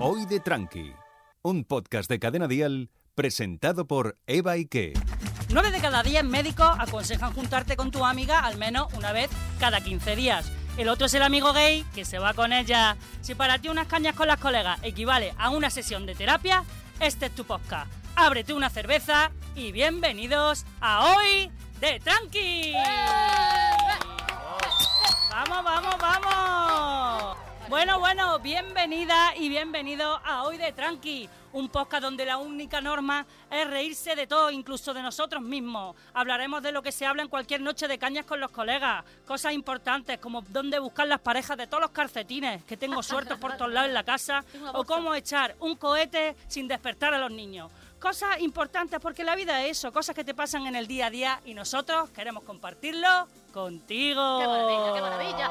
Hoy de Tranqui, un podcast de Cadena Dial presentado por Eva Ike. 9 de cada 10 médicos aconsejan juntarte con tu amiga al menos una vez cada 15 días. El otro es el amigo gay que se va con ella. Si para ti unas cañas con las colegas equivale a una sesión de terapia, este es tu podcast. Ábrete una cerveza y bienvenidos a Hoy de Tranqui. ¡Vamos, vamos, vamos! Bueno, bueno, bienvenida y bienvenido a Hoy de Tranqui, un podcast donde la única norma es reírse de todo, incluso de nosotros mismos. Hablaremos de lo que se habla en cualquier noche de cañas con los colegas, cosas importantes como dónde buscar las parejas de todos los calcetines, que tengo sueltos por todos lados en la casa, o cómo echar un cohete sin despertar a los niños. Cosas importantes porque la vida es eso, cosas que te pasan en el día a día y nosotros queremos compartirlo contigo. ¡Qué maravilla, qué maravilla!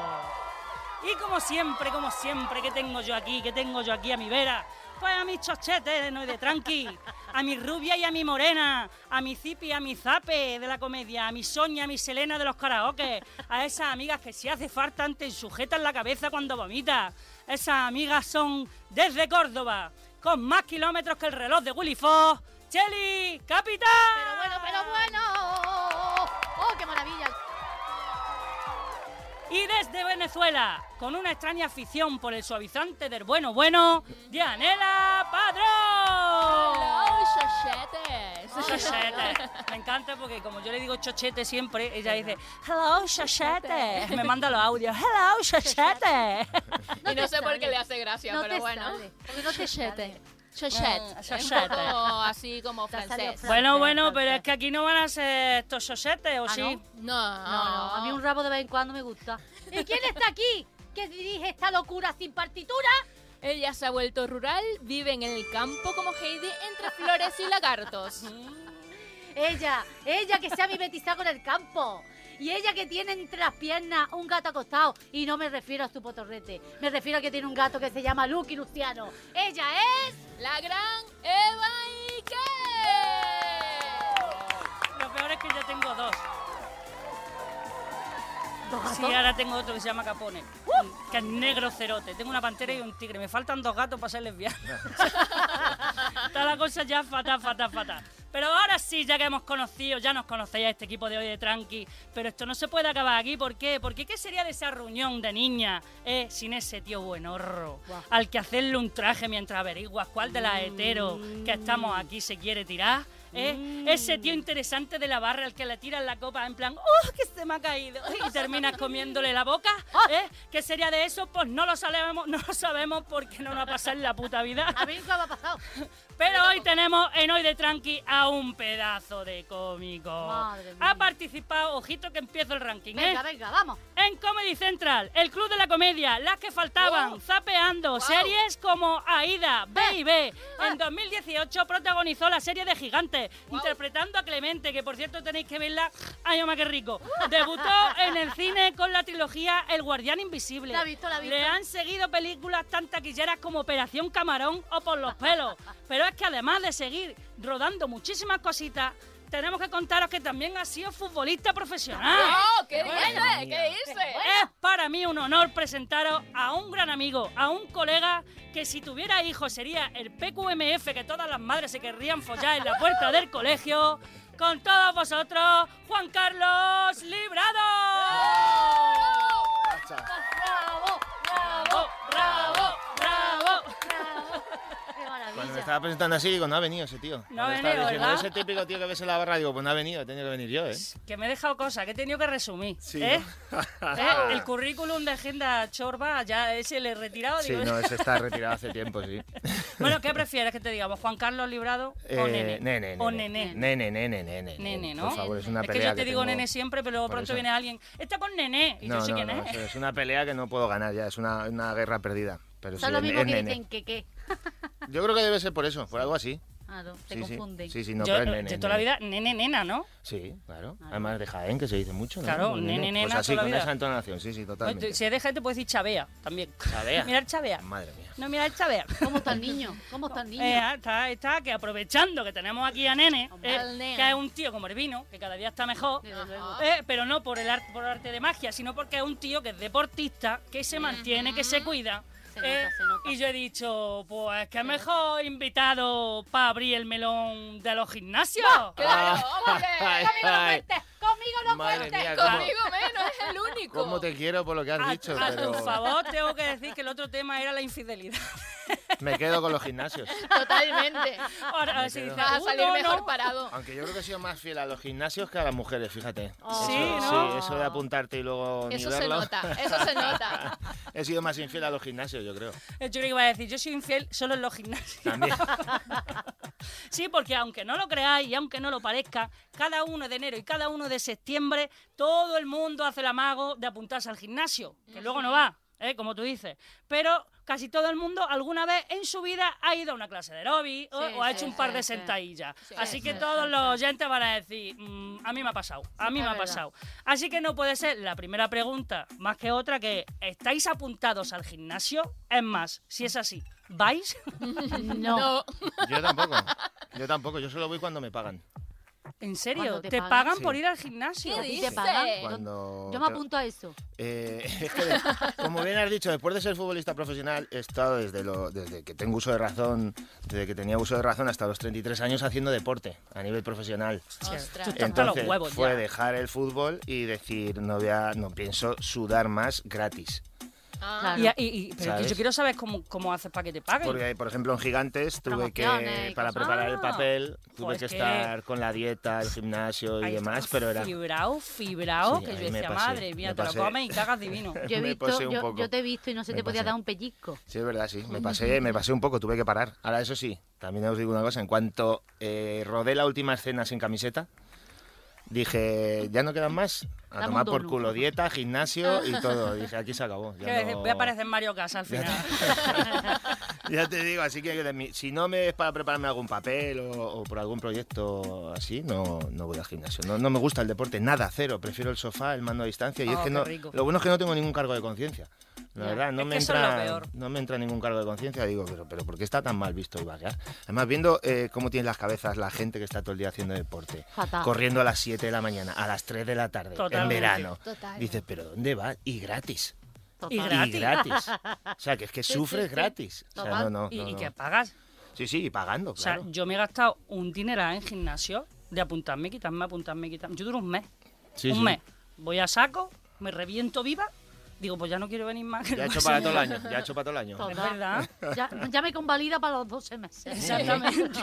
Y como siempre, como siempre, ¿qué tengo yo aquí? ¿Qué tengo yo aquí a mi vera? Pues a mis chochetes de Noy de Tranqui, a mi rubia y a mi morena, a mi zipi y a mi zape de la comedia, a mi soña, a mi selena de los karaoke, a esas amigas que si hace falta te sujetan la cabeza cuando vomitas. Esas amigas son desde Córdoba, con más kilómetros que el reloj de Willy Fox, Cheli, capitán. Pero bueno, pero bueno. ¡Oh, qué maravilla! Y desde Venezuela, con una extraña afición por el suavizante del bueno bueno, Dianela Padrón. ¡Hello, chochetes! Chochete. Me encanta porque como yo le digo chochete siempre, ella dice, hello, chochete. Me manda los audios, hello, chochete. y no sé por qué le hace gracia, No pero te bueno. sale. Porque no te chete. Chochette. Ah, Es un chochette. poco así como Te ha salido francés. fran- Bueno, Francés, bueno, pero francés. es que aquí no van a ser estos chochetes, ¿o ¿Ah, sí? no? No, No, no, a mí un rabo de vez en cuando me gusta. ¿Y quién está aquí? ¿Que dirige esta locura sin partitura? Ella se ha vuelto rural, vive en el campo como Heidi entre flores y lagartos. Ella, ella que se ha mimetizado con el campo. Y ella que tiene entre las piernas un gato acostado. Y no me refiero a su potorrete. Me refiero a que tiene un gato que se llama Lucky Luciano. Ella es... La gran Eva Ike. Lo peor es que yo tengo dos. ¿Dos Sí, gatos? ahora tengo otro que se llama Capone, que es negro cerote. Tengo una pantera y un tigre. Me faltan dos gatos para ser lesbiana. Está la cosa ya fatal, fatal, fatal. Pero ahora sí, ya que hemos conocido, ya nos conocéis a este equipo de hoy de Tranqui, pero esto no se puede acabar aquí. ¿Por qué? Porque ¿qué sería de esa reunión de niñas eh, sin ese tío buenorro? Guau. Al que hacerle un traje mientras averiguas cuál de las heteros que estamos aquí se quiere tirar. ¿eh? Ese tío interesante de la barra al que le tiran la copa en plan, ¡oh, que se me ha caído! Y terminas comiéndole la boca. ¿eh? ¿Qué sería de eso? Pues no lo sabemos, no lo sabemos porque no nos ha pasado en la puta vida. A mí nunca me ha pasado. Pero hoy tenemos en Hoy de Tranqui a un pedazo de cómico. Madre mía. Ha participado, ojito que empiezo el ranking, ¿eh? Venga, venga, vamos. En Comedy Central, El Club de la Comedia, Las que faltaban, Oh. Wow. Zapeando, Wow. series como Ah. Aida, B&B. En 2018 protagonizó la serie de Gigantes, interpretando a Clemente, que por cierto tenéis que verla. ¡Ay, mamá, qué rico! Ah. Debutó en el cine con la trilogía El Guardián Invisible. La he visto, la he visto. Le han seguido películas tan taquilleras como Operación Camarón o Por los pelos. Pero es que además de seguir rodando muchísimas cositas, tenemos que contaros que también ha sido futbolista profesional. ¡Oh, qué Bueno, dice! ¿Qué dice? Es para mí un honor presentaros a un gran amigo, a un colega que si tuviera hijos sería el PQMF que todas las madres se querrían follar en la puerta del colegio. Con todos vosotros, Juan Carlos Librado. Bravo, ¡Bravo, bravo, bravo! bravo. Qué Cuando me maravilla. estaba presentando así, digo, no ha venido ese tío. No ha Cuando estaba venido, diciendo, ¿verdad? Ese típico tío que ves en la barra, digo, pues no ha venido, he tenido que venir yo, ¿eh? Que me he dejado cosas, que he tenido que resumir. ¿eh? ¿Eh? El currículum de Agenda Chorba ya ese le he retirado. Sí, digo, no, ese está retirado hace tiempo, sí. Bueno, ¿qué prefieres que te digamos? ¿Juan Carlos Librado o Eh, Nene? nene, O nene. Nene. Nene, nene, nene. Nene, ¿no? Por favor, es una es que pelea. yo te digo tengo- nene siempre, pero luego Por pronto eso. viene alguien. Está con nene. Y No, yo sé no, quién no, es. eso es una pelea que no puedo ganar ya, es una, una guerra perdida. Pero sí, Son lo es- mismo es que nene. dicen que qué. Yo creo que debe ser por eso, por algo así. Claro, te sí, confunden. Sí, sí, sí, no, yo, pero es nene. yo toda nene. la vida, nene, nena, ¿no? Sí, claro. Además de Jaén, que se dice mucho, ¿no? Claro, Muy nene, nena, Pues así, toda la con vida. esa entonación, sí, sí, totalmente. Si deja, te puedes decir Chabea también. Chabea. mirar Chabea. Madre mía. No, mirar Chabea. ¿Cómo está el niño? ¿Cómo está el niño? Eh, está, está, que aprovechando que tenemos aquí a Nene, Hombre, eh, al nene. que es un tío como el vino, que cada día está mejor, Desde luego. eh, pero no por el arte, por arte de magia, sino porque es un tío que es deportista, que se mantiene, que se cuida, se Eh, nota, se nota. Y yo he dicho, pues qué mejor invitado para abrir el melón de los gimnasios. Claro, Ay, hombre. Conmigo no ay. cuentes, conmigo no Madre cuentes. mía, cómo, Conmigo menos, es el único. cómo te quiero por lo que has A, dicho, a pero tu Ah, favor, tengo que decir que el otro tema era la infidelidad. me quedo con los gimnasios. Totalmente. Ahora, Ah, Me si quedo. dices, Vas a "Uh, salir no, mejor no". parado. Aunque yo creo que he sido más fiel a los gimnasios que a las mujeres, fíjate. Oh. Sí, eso, ¿no? sí, eso de apuntarte y luego Eso ni se verlo. nota, eso se nota. He sido más infiel a los gimnasios, yo creo. Eh, Yo creo que iba a decir, yo soy infiel solo en los gimnasios. También. Sí, porque aunque no lo creáis y aunque no lo parezca, cada uno de enero y cada uno de septiembre, todo el mundo hace el amago de apuntarse al gimnasio, que luego no va, ¿eh? como tú dices. Pero casi todo el mundo alguna vez en su vida ha ido a una clase de aeróbic o, Sí, o ha sí, hecho un sí, par de sí. sentadillas. Sí, Así que sí, todos sí, los oyentes van a decir, "Mm, a mí me ha pasado, a mí es me ha verdad. pasado. Así que no puede ser la primera pregunta más que otra que, ¿estáis apuntados al gimnasio? Es más, si es así, ¿vais? No. No. Yo tampoco. Yo tampoco. Yo solo voy cuando me pagan. ¿En serio? Cuando ¿Te, te pagan, pagan? Sí. por ir al gimnasio? ¿Qué ¿A ti dices? te pagan? Eh, Cuando Yo me te- apunto a eso. Eh, es que, de- como bien has dicho, después de ser futbolista profesional, he estado desde, lo, desde que tengo uso de razón, desde que tenía uso de razón hasta los 33 años haciendo deporte a nivel profesional. Ostras. Tú Hasta los huevos fue ya. dejar el fútbol y decir, no, voy a- no pienso sudar más gratis. Ah, Claro. Y, y- y- pero que ¿Sabes? yo quiero saber cómo, cómo haces para que te paguen. Porque, por ejemplo, en Gigantes tuve Promociones que, y para cosas. preparar Ah. el papel, tuve Pues que que- estar con la dieta, el gimnasio y Ahí demás, estaba pero era... Fibrao, fibrao, Sí, que yo ahí me decía, pasé, madre mía, me te lo pasé. comes y cagas divino. Yo, he Me visto, pasé un yo, poco. yo te he visto y no se Me te podía pasé. dar un pellizco. Sí, es verdad, sí. Me pasé, me pasé un poco, tuve que parar. Ahora, eso sí, también os digo una cosa. En cuanto eh, rodé la última escena sin camiseta, dije, ya no quedan más. A Dame un tomar por donut. culo dieta, gimnasio y todo. Dije, aquí se acabó. Que Ya, no- Voy a aparecer Mario Casa al Ya final. ya te digo, así que de mí- si no me es para prepararme algún papel o, o por algún proyecto así, no, no voy al gimnasio. No, no me gusta el deporte, nada, cero. Prefiero el sofá, el mando a distancia. Y Oh, es que qué no, rico. lo bueno es que no tengo ningún cargo de conciencia. La Ya, verdad, no es me, que eso es lo entra, peor. no me entra ningún cargo de conciencia. Digo, pero, pero ¿por qué está tan mal visto el vaguear? Además, viendo eh, cómo tienen las cabezas la gente que está todo el día haciendo deporte, Fatal. corriendo a las 7 de la mañana, a las 3 de la tarde, Totalmente. en verano. Total. Dices, pero ¿dónde vas? Y gratis. Y Total. gratis. Y gratis. O sea, que es que sufres gratis. O sea, no, Total. no, y, no, y no. que pagas. Sí, sí, y pagando, O sea, claro. yo me he gastado un dineral en gimnasio de apuntarme, quitarme, apuntarme, quitarme. Yo duro un mes. Sí, un sí. mes. Voy a saco, me reviento viva, digo, pues ya no quiero venir más. que Ya no ha hecho pasa para todo el nada. año, ya ha hecho para todo el año. Todo. Es verdad. Ya, ya me convalida para los 12 meses. Exactamente.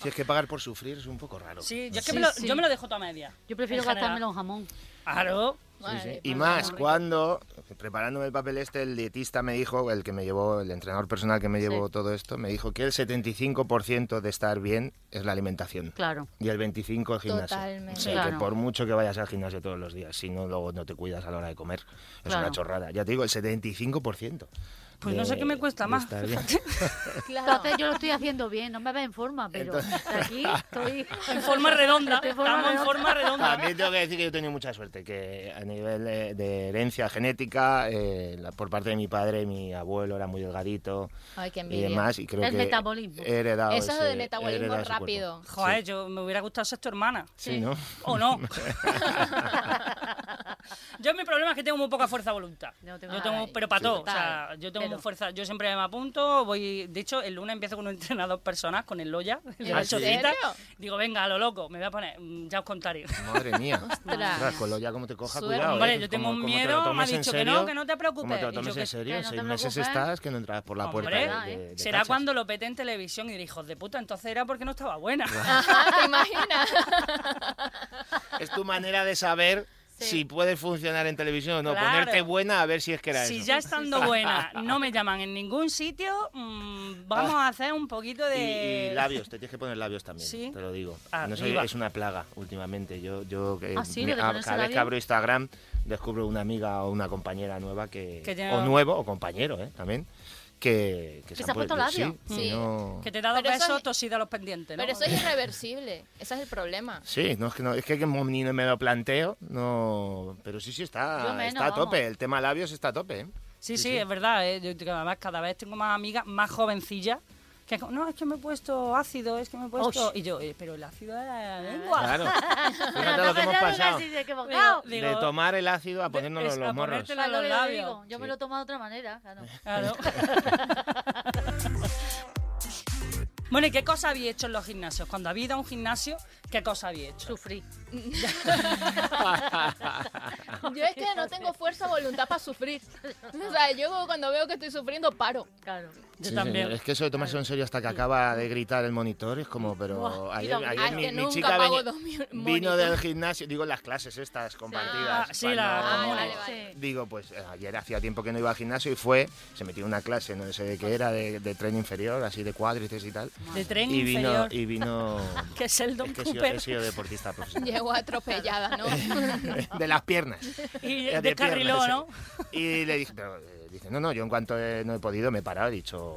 Si es que pagar por sufrir es un poco raro. Sí, yo, es que Sí, me, lo, sí. yo me lo dejo toda media. Yo prefiero En general. gastármelo en jamón. Claro. Sí, madre sí. ¿eh? mía. Y más cuando, preparándome el papel este, el dietista me dijo, el que me llevó, el entrenador personal que me llevó Sí. todo esto, me dijo que el 75% de estar bien es la alimentación. Claro. Y el 25 el gimnasio. Totalmente. O sea, Claro. que por mucho que vayas al gimnasio todos los días, si no, luego no te cuidas a la hora de comer. Es una Claro. chorrada. Ya te digo, el 75%. Pues no sé qué me cuesta de más, estar bien. Ah. Claro. Entonces yo lo estoy haciendo bien, no me ve en forma, pero aquí estoy. En forma redonda. De forma Estamos en redonda. forma redonda. También tengo que decir que yo he tenido mucha suerte, que a nivel eh, de, herencia genética, eh, la- por parte de mi padre, mi abuelo era muy delgadito Ay, qué y envidia. demás, y creo El que metabolismo. he Ah, heredado Eso es lo ese- del he metabolismo heredado ese rápido. cuerpo. Joder, yo me hubiera gustado ser tu hermana. Sí, ¿no? ¿O no? yo mi problema es que tengo muy poca fuerza de voluntad. No tengo yo nada tengo, ahí. pero para Sí. todo. O sea, Total, yo tengo pero- fuerza. Yo siempre me apunto, voy. De hecho, el lunes empiezo con un entrenador personas, con el Loya, el de ¿En las chocitas. serio? Digo, venga, a lo loco, me voy a poner. mm, Ya os contaré. Madre mía. Ostras. Ostras, con lo ya como te coja, Suerte. cuidado. Hombre, ¿eh? yo tengo Como- un como te lo miedo, me ha tomes en dicho que serio, no, que no te preocupes. Como te lo Y tomes yo en que- serio, que en no seis te meses preocupes. estás que no entrabas por la puerta. Hombre, de- de- de Será cachas. cuando lo peté en televisión y diré, hijos de puta, entonces era porque no estaba buena. Ajá, Ah, ¿te imaginas? Es tu manera de saber si puedes funcionar en televisión o no. Claro. Ponerte buena a ver si es que era si eso. ya estando buena no me llaman en ningún sitio, mm, vamos a hacer un poquito de... Y, y labios, te tienes que poner labios también, Sí. Ah, te lo digo. Arriba. No sé, es una plaga últimamente. Yo, yo eh, Ah, sí, lo de a- ponerse cada vez que labios. abro Instagram descubro una amiga o una compañera nueva que, Que tiene- o nuevo o compañero, eh, también que, Que se ha puesto labios labio. Sí, Sí. que no- Que te da dos Pero eso besos es- tosida a los pendientes, ¿no? Pero eso es irreversible. Ese es el problema. Sí, no es que no, es que como ni me lo planteo, no, pero sí sí Yo está menos, está a vamos. tope, el tema labios está a tope. ¿eh? Sí, sí, sí. es verdad. eh, yo- que además cada vez tengo más amigas más jovencillas que no, es que me he puesto ácido, es que me he puesto... Ush. Y yo, "Eh, pero el ácido era la lengua. Claro. Fíjate lo que hemos pasado. pasado. Digo, de tomar el ácido a ponernos es los, a los morros. ponértelo en los labios. Yo me lo he tomado de otra manera. claro. Claro. bueno, ¿y qué cosa había hecho en los gimnasios? Cuando había ido a un gimnasio, ¿qué cosa había hecho? Sufrí. Yo es que no tengo fuerza o voluntad para sufrir. O sea, yo cuando veo que estoy sufriendo, paro. Claro. Yo Sí, señor. también. Es que eso de tomarse en serio hasta que acaba de gritar el monitor es como, pero Buah, ayer, mira, ayer Ah, es mi, que mi nunca chica pago veni- dos mil vino monitos. del gimnasio, digo las clases estas Ah, compartidas. sí, cuando- la- Ah, como- vale, vale. Digo, pues eh, ayer hacía tiempo que no iba al gimnasio y fue, se metió en una clase, no sé de qué era, de, de tren inferior, así de cuádriceps y tal. De tren y vino, inferior, y vino. que es el Don es que he sido, Cooper, he sido deportista profesional. Llego atropellada, ¿no? de las piernas. y de descarriló, piernas, ¿no? sí. Y le dije, pero, eh, dice, no, no, yo en cuanto he- no he podido me he parado, he dicho...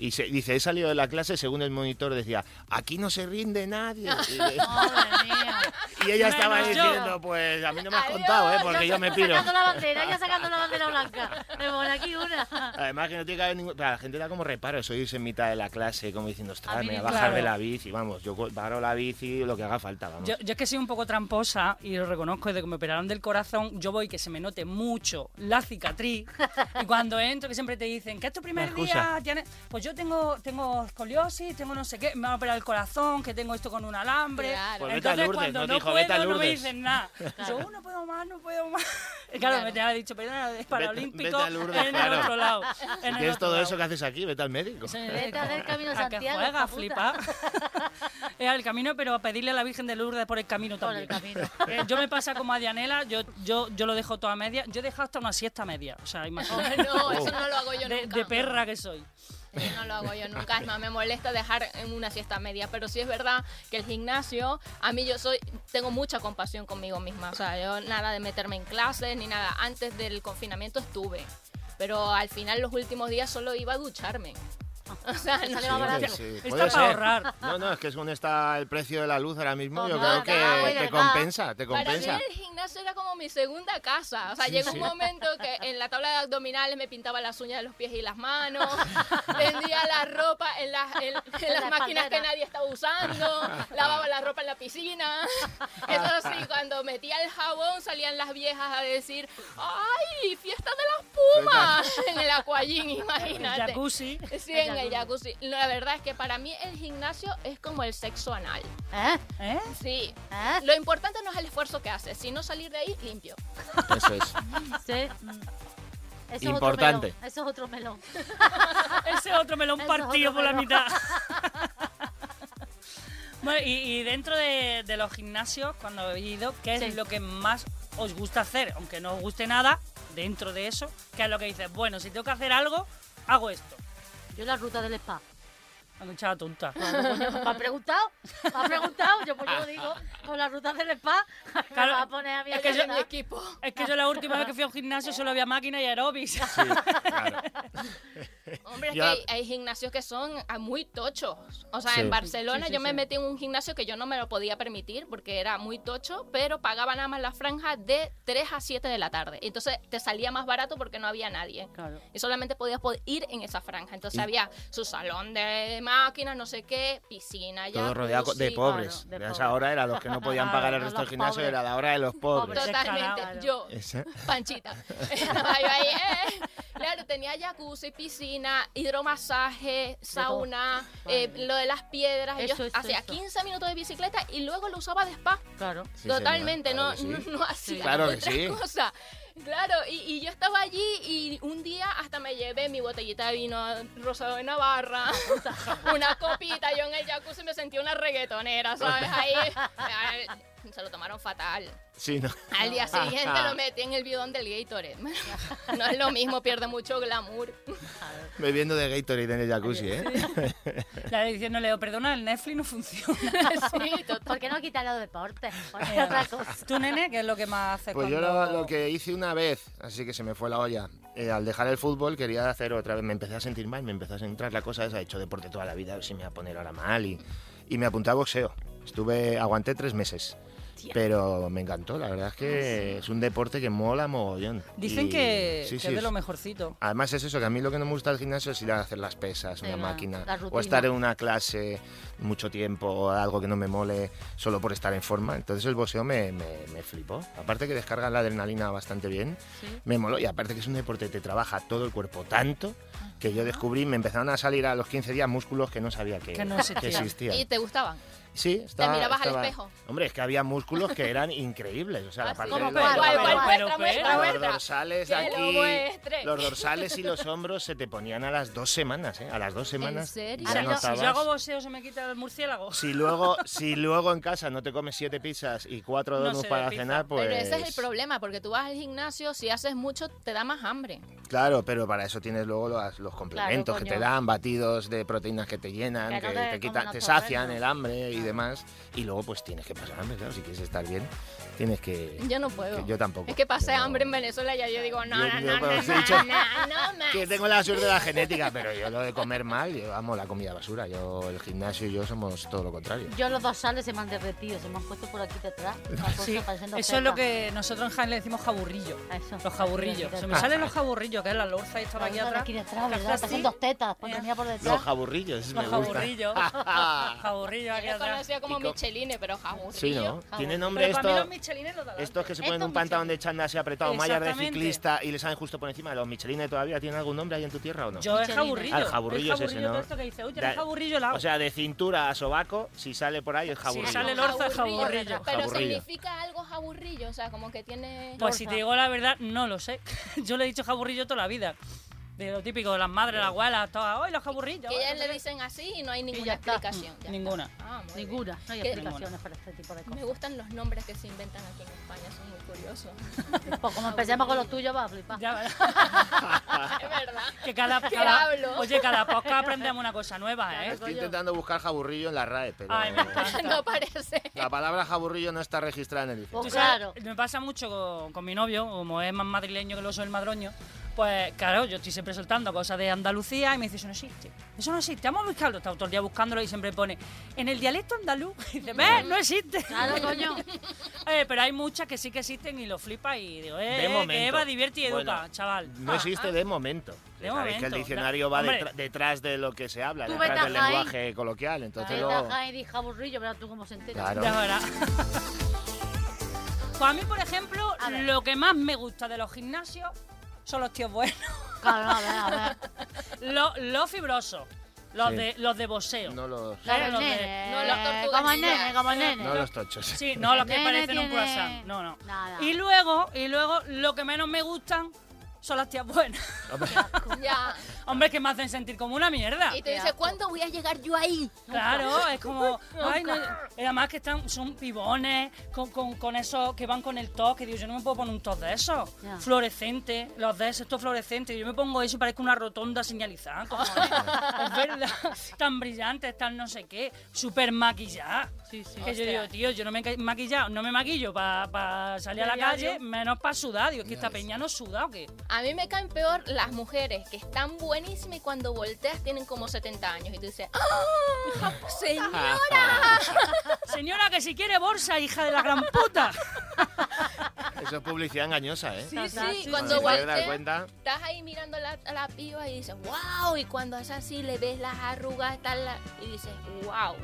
Y se- dice, he salido de la clase, según el monitor decía, aquí no se rinde nadie. Y, le- Madre mía. y ella Menos estaba yo. diciendo, pues a mí no me has Adiós, contado, ¿eh? ya porque yo me piro. Sacando la bandera, ya sacando la bandera blanca. Me pone aquí una. Además que no tiene que haber ningún... para la gente da como reparo eso, irse en mitad de la clase, como diciendo, A ostras, mí me voy a igual. bajar de Claro. la bici. Vamos, yo co- paro la bici, lo que haga falta, vamos. Yo, yo es que soy un poco tramposa y lo reconozco, desde que me operaron del corazón, yo voy que se me note mucho la cicatriz. y cuando entro, que siempre te dicen, ¿qué es tu primer día? Excusa. tienes-". Pues yo tengo, tengo escoliosis, tengo no sé qué, me van a operar el corazón, que tengo esto con un alambre. Claro. Pues vete a Entonces Lourdes, cuando no no, te dijo, vete a puedo, no me Lourdes. dicen nada. Yo, "Uh, no puedo más, no puedo más. Y claro, Claro. me tenía dicho, perdona, es vete paralímpico a Lourdes, en el claro. otro lado. Si en el tienes otro todo lado". eso que haces aquí, vete al médico. Eso es Vete a hacer Camino ¿A Santiago, Que juega, hija flipa. es al camino, pero a pedirle a la Virgen de Lourdes por el camino Por también. el camino. Eh, yo me pasa como a Dianela, yo, yo, yo lo dejo toda media. Yo dejo hasta una siesta media. O sea, imagínate. No, eso no lo hago yo de, nunca. de perra que soy. Eso no lo hago yo nunca. Es más, me molesta dejar en una siesta media. Pero sí es verdad que el gimnasio, a mí yo soy, tengo mucha compasión conmigo misma. O sea, yo nada de meterme en clases ni nada. Antes del confinamiento estuve. Pero al final, los últimos días solo iba a ducharme. O sea, no Sale más barato. sí, Está puede para ser. ahorrar. No, no, es que según está el precio de la luz ahora mismo, yo Total, creo que es te verdad. compensa, te Para mí compensa. el gimnasio era como mi segunda casa. O sea, Sí, llegó sí. un momento que en la tabla de abdominales me pintaba las uñas de los pies y las manos, vendía la ropa en las, en- en las La máquinas que espaldera. nadie estaba usando, lavaba la ropa en la piscina. Eso sí, cuando metía el jabón salían las viejas a decir, ¡ay, fiesta de las pumas! En el aquallín, El imagínate. jacuzzi. Sí, en el jacuzzi. La verdad es que para mí el gimnasio es como el sexo anal. ¿Eh? ¿Eh? Sí, ¿Eh? lo importante no es el esfuerzo que haces, sino salir de ahí limpio. Eso es. Sí. Mm. Eso es otro Importante. melón, Eso es otro melón. Ese otro melón Ese es partido otro por la melón. mitad. Bueno, y, y dentro de, de los gimnasios, cuando habéis ido, ¿qué es Sí. lo que más os gusta hacer? Aunque no os guste nada, dentro de eso, ¿qué es lo que dices? Bueno, si tengo que hacer algo, hago esto. Yo la ruta del spa. Pues, Han echado tonta. ¿Me has preguntado? ¿Me has preguntado? Yo pues yo digo, con la ruta del spa, Claro, me va a poner a mí es a que yo- llorar. mi equipo. Es que yo la última vez que fui a un gimnasio solo había máquina y aeróbics. Hombre, es Yo- que hay, hay gimnasios que son ah, muy tochos. O sea, Sí. en Barcelona Sí, sí, yo me sí. metí en un gimnasio que yo no me lo podía permitir porque era muy tocho, pero pagaba nada más la franja de 3 a 7 de la tarde. Entonces te salía más barato porque no había nadie. Claro. Y solamente podías po- ir en esa franja. Entonces Y- había su salón de máquinas, no sé qué, piscina, ya. Todo rodeado co- de pobres. pues claro, de a esa pobres. Ah, hora era los que no podían Claro, pagar el no, resto del los gimnasio, pobres. era la hora de los pobres. Pobres. Totalmente. Descarado. Yo, Esa- Panchita. Estaba yo ahí, eh. Claro, tenía jacuzzi, piscina, hidromasaje, sauna, Madre eh, mía. lo de las piedras. Eso, yo eso, hacía eso. 15 minutos de bicicleta y luego lo usaba de spa. Claro. Sí, Totalmente, señor, no, claro que sí. no, no hacía Claro que otra sí. cosa. Claro, y, y yo estaba allí y un día hasta me llevé mi botellita de vino rosado de Navarra, una copita, yo en el jacuzzi me sentí una reggaetonera, ¿sabes? Ahí eh, se lo tomaron fatal. Sí, no. Al día siguiente lo metí en el bidón del Gatorade. No es lo mismo, pierde mucho glamour. Bebiendo de Gatorade en el jacuzzi, ¿eh? La diciendo Leo, perdona, el Netflix no funciona. Sí, total. ¿Por qué no quitar los deportes? ¿Por qué otra cosa? ¿Tú, nene, qué es lo que más haces? Pues yo cuando- lo, lo que hice una vez, así que se me fue la olla. eh, al dejar el fútbol quería hacer otra vez, me empecé a sentir mal, me empezó a centrar la cosa esa, he hecho deporte toda la vida, a ver si me va a poner ahora mal y, y me apunté a boxeo. Estuve, aguanté tres meses. Hostia. Pero me encantó, la verdad es que es un deporte que mola mogollón. Dicen Y- que, sí, que sí, es de es- lo mejorcito. Además es eso, que a mí lo que no me gusta del gimnasio es ir a hacer las pesas, una Venga, máquina, la o rutina. estar en una clase mucho tiempo, o algo que no me mole solo por estar en forma. Entonces el boxeo me, me, me flipó. Aparte que descarga la adrenalina bastante bien, me moló. Y aparte que es un deporte que te trabaja todo el cuerpo tanto que yo descubrí, me empezaron a salir a los 15 días músculos que no sabía que, Que no que existían. existían. ¿Y te gustaban? Sí, estaba, mirabas al estaba- espejo? Hombre, es que había músculos que eran increíbles. O sea, la Ah, sí. parte ¿Cómo de cuál? la- ¿Cuál, cuál? Muestra, muestra, pero- los muestra. dorsales Que lo aquí, muestre. los dorsales y los hombros se te ponían a las dos semanas, ¿eh? A las dos semanas. serio? ya Si yo- si yo hago notabas- boxeo se me quita el murciélago. Si luego, si luego en casa no te comes siete pizzas y cuatro No donuts se para ve pizza. cenar, pues... Pero ese es el problema, porque tú vas al gimnasio, si haces mucho, te da más hambre. Claro, pero para eso tienes luego los, los complementos que te coño. dan, batidos de proteínas que te llenan, Que que, no te te, coman quitan, los te sacian torrenos. el hambre y demás. Y luego pues tienes que pasar hambre, claro, si quieres estar bien, tienes que... Yo no puedo. Yo tampoco. Es que pasé Yo no- hambre en Venezuela y ya yo digo, no, Yo- no, yo no, no, cuando no, os he dicho- no, no, más. Que tengo la suerte de la genética, pero yo lo de comer mal, yo amo la comida basura. Yo, el gimnasio y yo somos todo lo contrario. Yo los dorsales se me han derretido, se me han puesto por aquí detrás. una cosa Sí, pareciendo Pues eso es lo feca. que nosotros en Jaén le decimos jaburrillo. A eso. Los jaburrillos. Se me Ah, salen los jaburrillos, que es la lorza esta de aquí Ahora atrás. aquí detrás, Que ¿verdad? hace Parecen así. dos tetas, pues Mira. tenía por Los detrás. jaburrillos, esos Los me gustan. jaburrillos. jaburrillos aquí Yo lo atrás. conocía como Y co- Micheline, pero jaburrillo. Ah, Sí, ¿no? Tiene nombre Pero para mí los esto. michelines los de adelante. Estos que se ponen Estos un pantalón de chándal así apretado, mallas de Exactamente. ciclista y le salen justo por encima. ¿Los michelines todavía tienen algún nombre ahí en tu tierra o no? Yo es Michelines. jaburrillo. Ah, el jaburrillo es ese, jaburrillo ¿no? todo esto que dice, uy, Da- tienes jaburrillo la O sea, de cintura a sobaco, si sale por ahí es jaburrillo. sale lo- Lorza es jaburrillo. Pero Jaburrillo. significa algo jaburrillo, o sea, como que tiene... Pues si te digo la verdad, no lo sé. Yo le he dicho jaburrillo toda la vida. De lo típico, de las madres, las abuelas, todas. ¡Ay, los jaburrillos! que ay, ellas no le sé dicen así y no hay ninguna ya está. explicación. qué". ya. Ninguna. Ah, muy bien. Ninguna, no hay Que- explicaciones para este tipo de Me cosas. gustan los nombres que se inventan aquí en España, son muy curiosos. Pues como empecemos con los tuyos, va a flipar. Ya, es verdad. que cada, ¿Qué cada- hablo? oye, cada podcast aprendemos una cosa nueva, ¿eh? Estoy intentando buscar jaburrillo en la RAE, pero Ay, me encanta. no parece. la palabra jaburrillo no está registrada en el diccionario. Tú Pues sabes, claro. Me pasa mucho con, con mi novio, como es más madrileño que el oso del madroño, pues claro, yo estoy siempre soltando cosas de Andalucía y me dice, eso no existe, eso no existe, vamos a buscarlo, está todo el día buscándolo y siempre pone, en el dialecto andaluz, y dice, ¿ves? No existe. Claro, coño. Eh, pero hay muchas que sí que existen y lo flipa y digo, eh, De eh, que momento. Eva divierte y educa, Bueno, chaval. No existe de momento. De Sabéis que el momento, diccionario da- va hombre. detra- detrás de lo que se habla, Tú detrás vete a del Jaén. lenguaje coloquial. Entonces Ahí luego- está Jaén y jaburrillo, verás tú cómo se entera. Claro. Ya verás. Pues a mí, por ejemplo, A ver. lo que más me gusta de los gimnasios son los tíos buenos, Claro, no, a ver, a ver. los, los fibrosos, los, Sí. de, los de boxeo. no los, Claro, Claro, el los de- nene. eh, no, las tortugas como el ninja. nene, como el nene. no los tochos. Sí, no los que Nene parecen un tiene- croissant. No, no. Nada. Y luego, y luego, lo que menos me gustan son las tías buenas. Ya. Hombre, que me hacen sentir como una mierda. Y te dice, ¿cuándo voy a llegar yo ahí? Claro, es como. Ay, no, y además que están, son pibones, con, con, con esos que van con el top, que digo, yo no me puedo poner un top de esos. Ya. Fluorescente, los de esos, estos fluorescentes. Yo me pongo eso y parezco una rotonda señalizada. cojones. es verdad. Tan brillantes, tan no sé qué, súper maquilladas. Sí, sí. Que yo digo, tío, yo no me he maquillado, no me maquillo para salir a la calle, menos para sudar. Digo, es que esta peña no suda o qué. A mí me caen peor las mujeres que están buenísimas y cuando volteas tienen como 70 años. Y tú dices, ¡ah! Señora, Señora, que si quiere bolsa, hija de la gran puta. Eso es publicidad engañosa, ¿eh? sí, sí, sí, cuando sí. Te das volteas, cuenta. estás ahí mirando a la, a la piba y dices, wow, y cuando es así le ves las arrugas tal, la- y dices, wow,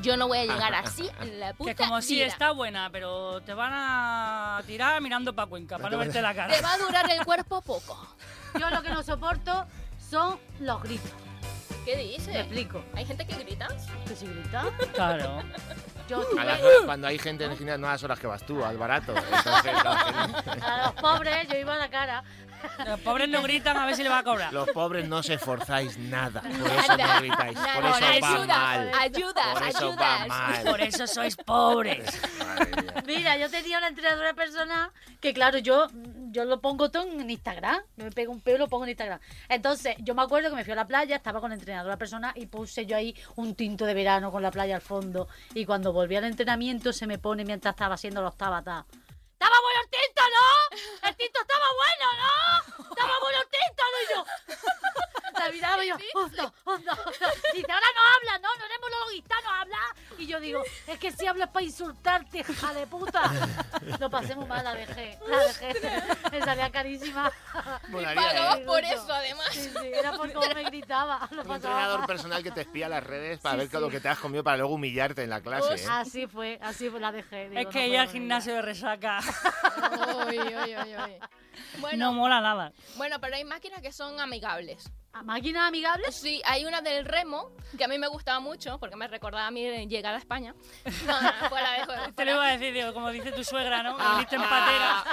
yo no voy a llegar así en la Que puta es como si vida". está buena, pero te van a tirar mirando para Cuenca, para no verte la cara. Te va a durar el cuerpo poco. Yo lo que no soporto son los gritos. ¿Qué Te dices? explico. Hay gente que grita. ¿Qué se grita? Claro. Yo A estuve las- cuando hay gente en el gimnasio, no a las horas que vas tú, al barato. Entonces, la gente- a los pobres, yo iba a la cara. Los pobres no gritan a ver si le va a cobrar. los pobres no os esforzáis nada. Por eso no gritáis. Nada, Por eso va ayuda, mal. ayuda, Por eso ayuda. va mal. Por eso sois pobres. Madre mía. Mira, yo tenía una entrenadora personal que, claro, yo, yo lo pongo todo en Instagram. Me pego un peo y lo pongo en Instagram. Entonces, yo me acuerdo que me fui a la playa, estaba con la entrenadora personal y puse yo ahí un tinto de verano con la playa al fondo. Y cuando volví al entrenamiento, se me pone mientras estaba haciendo los tabatá. ¡Estaba bueno el tinto, no! ¡El tinto estaba bueno, no! ¡Estaba bueno el tinto, no! Y yo, "Oh, la miraba y yo, onda, onda, onda. Dice, ahora no habla, no, no eres monologuista, no habla. Y yo, yo digo, es que si hablas para insultarte, hija de puta. Lo pasé muy mal, la dejé. La dejé. Me salía carísima. Pagabas eh. por eso, además. Sí, sí, era por cómo me gritaba. Lo Un pasaba entrenador mal. personal que te espía las redes para Sí, ver sí. ah, lo que te has comido para luego humillarte en la clase. ¿eh? Así fue, así fue, la dejé. digo, Es no que puedo ella al con ella. gimnasio de resaca Uy, uy, uy, uy. no Bueno, mola nada. bueno, pero hay máquinas que son amigables. ¿A ¿Máquinas amigables? Sí, hay una del remo que a mí me gustaba mucho porque me recordaba a mi llegada a España. No, no, fuera de juego, Te lo fuera- iba a decir, digo, como dice tu suegra, ¿no? Ah, Que viniste en patera.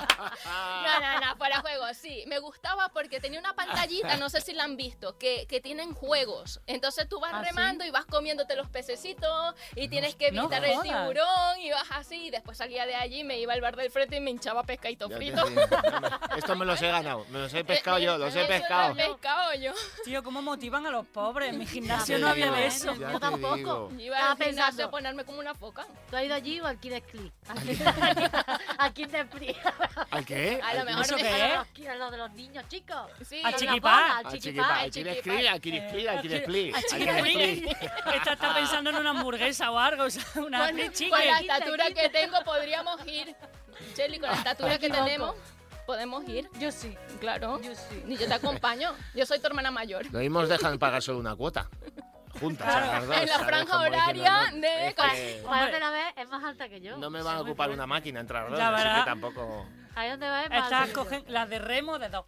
No, no, no, para juegos, sí. Me gustaba porque tenía una pantallita, no sé si la han visto, que, que tienen juegos. Entonces tú vas ¿Ah, sí? remando y vas comiéndote los pececitos y tienes que no evitar el jodas. tiburón y vas así. Y después salía de allí, me iba al bar del frente y me hinchaba pescadito Ya te frito. Eh, digo, no me- Esto me los he ganado, me los he pescado yo, los he Eso lo pescado. he pescado yo. Tío, ¿cómo motivan a los pobres? En mi Ya gimnasio te no había digo, de eso. ya Yo te tampoco. digo. Yo Iba Estaba al gimnasio pensando. a ponerme como una foca. ¿Tú has ido allí o al Kid Click? Aquí, aquí, aquí te fría. ¿Al qué? A lo Al- mejor ¿Eso me- qué es? Aquí a lo de los niños, chicos. Sí. A Con la Chiquipá. bola, al Al chiquipá, chiquipá. al al chiquipá, chiquipá. al chiquipá, al chiquipá, al Chiqui chiquipá. Frick. Esta está pensando en una hamburguesa o algo, o sea, una Bueno, free con la chicken. Quita, estatura quita. que tengo podríamos ir. Shelly, Ah, con la estatura que equivoco. tenemos podemos ir. Yo sí, Claro. yo sí. Y yo te acompaño. Yo soy tu hermana mayor. Lo mismo os dejan pagar solo una cuota. Juntas, Claro, a las dos, en la ¿sabes? franja Como diciendo, horaria no, de- es que Para que la vez es más alta que yo. No me van a muy ocupar fuerte. una máquina entre las dos, Ya así verás. que tampoco. Ahí donde va es más Estas alta que yo. cogen las de remo de dos.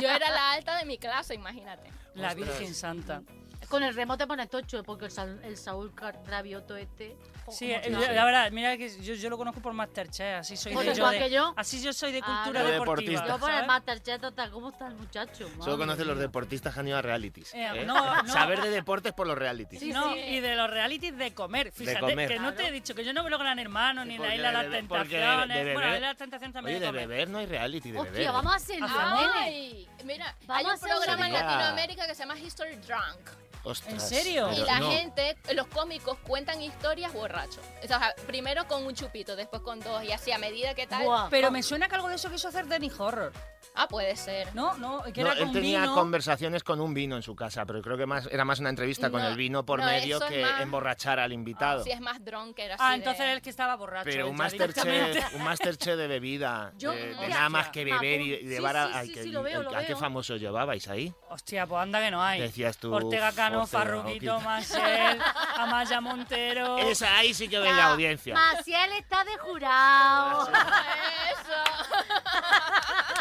Yo era la alta de mi clase, imagínate. La Ostras. Virgen Santa. Con el remo te pones tocho, porque el, Saúl- el Saúl Car- Rabioto este... jo, Sí, como eh, está. yo- la verdad, mira que yo, yo lo conozco por Masterchef, así soy Pues de, yo igual de- que yo. Así yo soy de Ah, cultura yo deportiva. deportista. Yo por el ¿sabes? Masterchef total, ¿cómo está el muchacho? Madre Solo conocen los mía. deportistas que han ido a realities. Eh, ¿eh? no, no. Saber de deportes por los realities. No, y de los realities de comer. Fíjate, comer. que no te he dicho que yo no veo Gran Hermano, ni Porque la Isla de las de- porque de- de Tentaciones. bueno, beber- la Isla de las Tentaciones también Oye, de de comer. beber no hay reality, de beber. Hostia, ¿eh? vamos a Ah. hacerlo. nene. Ay, mira, hay Vamos a un hacer un programa en Sería- Latinoamérica que se llama History Drunk. Ostras, ¿En serio? pero y la Oh, no. gente, los cómicos cuentan historias borrachos. O sea, primero con un chupito, después con dos, y así a medida que tal. Buah. Pero me suena que algo de eso quiso hacer Danny Horror. Ah, puede ser. No, no, que No, era él con tenía vino. conversaciones con un vino en su casa, pero creo que más era más una entrevista con No, el vino por no, medio eso es que más- emborrachar al invitado. Si es más drunk que era así. Ah, de- entonces era el que estaba borracho. pero un ya directamente. masterchef, un masterchef de bebida, eh, Yo- de, de Hostia, nada más que beber y, Mapu- y sí, llevar a, sí, ay, sí, que- sí, lo veo, el- lo ¿a qué veo. famoso llevabais ahí? Hostia, pues anda que no hay. Decías tú, Ortega Cano, Ortega, Farruquito, Oquita. Mansell, Amaya Montero. Esa ahí sí que Ah, veis la audiencia. Maciel está de jurado. "Ah, Eso.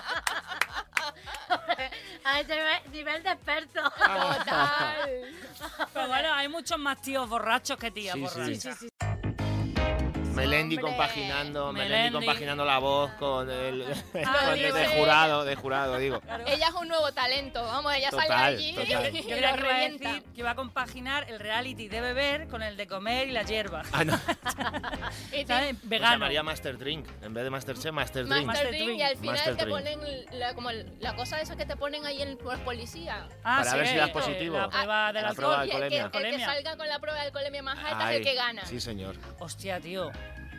A ese nivel- nivel de experto. Total. Pero bueno, hay muchos más tíos borrachos que tías Sí, sí. borrachas. Sí, Melendi Hombre. compaginando, Melendi Melendi. compaginando la voz con el Ah, con el digo, de sí. jurado, de jurado, digo. Ella es un nuevo talento. Vamos, ella sale Total, allí total. Yo creía y lo que iba a revienta. decir que iba a compaginar el reality de beber con el de comer y la hierba. Ah, no. Y te- ¿Sabes? Lo Vegano. Pues llamaría Master Drink, en vez de Masterchef, Master Drink. Master Master Drink Drink. y al final Master te Drink. ponen la, como la cosa esa que te ponen ahí en por policía. Ah, Para ver si das eh, positivo. La Ah, prueba del la alcohol. prueba de Y el que, alcoholemia. el que Alcoholemia. salga con la prueba de alcoholemia más alta Ah, es Ay, el que gana. Sí, señor. Hostia, tío.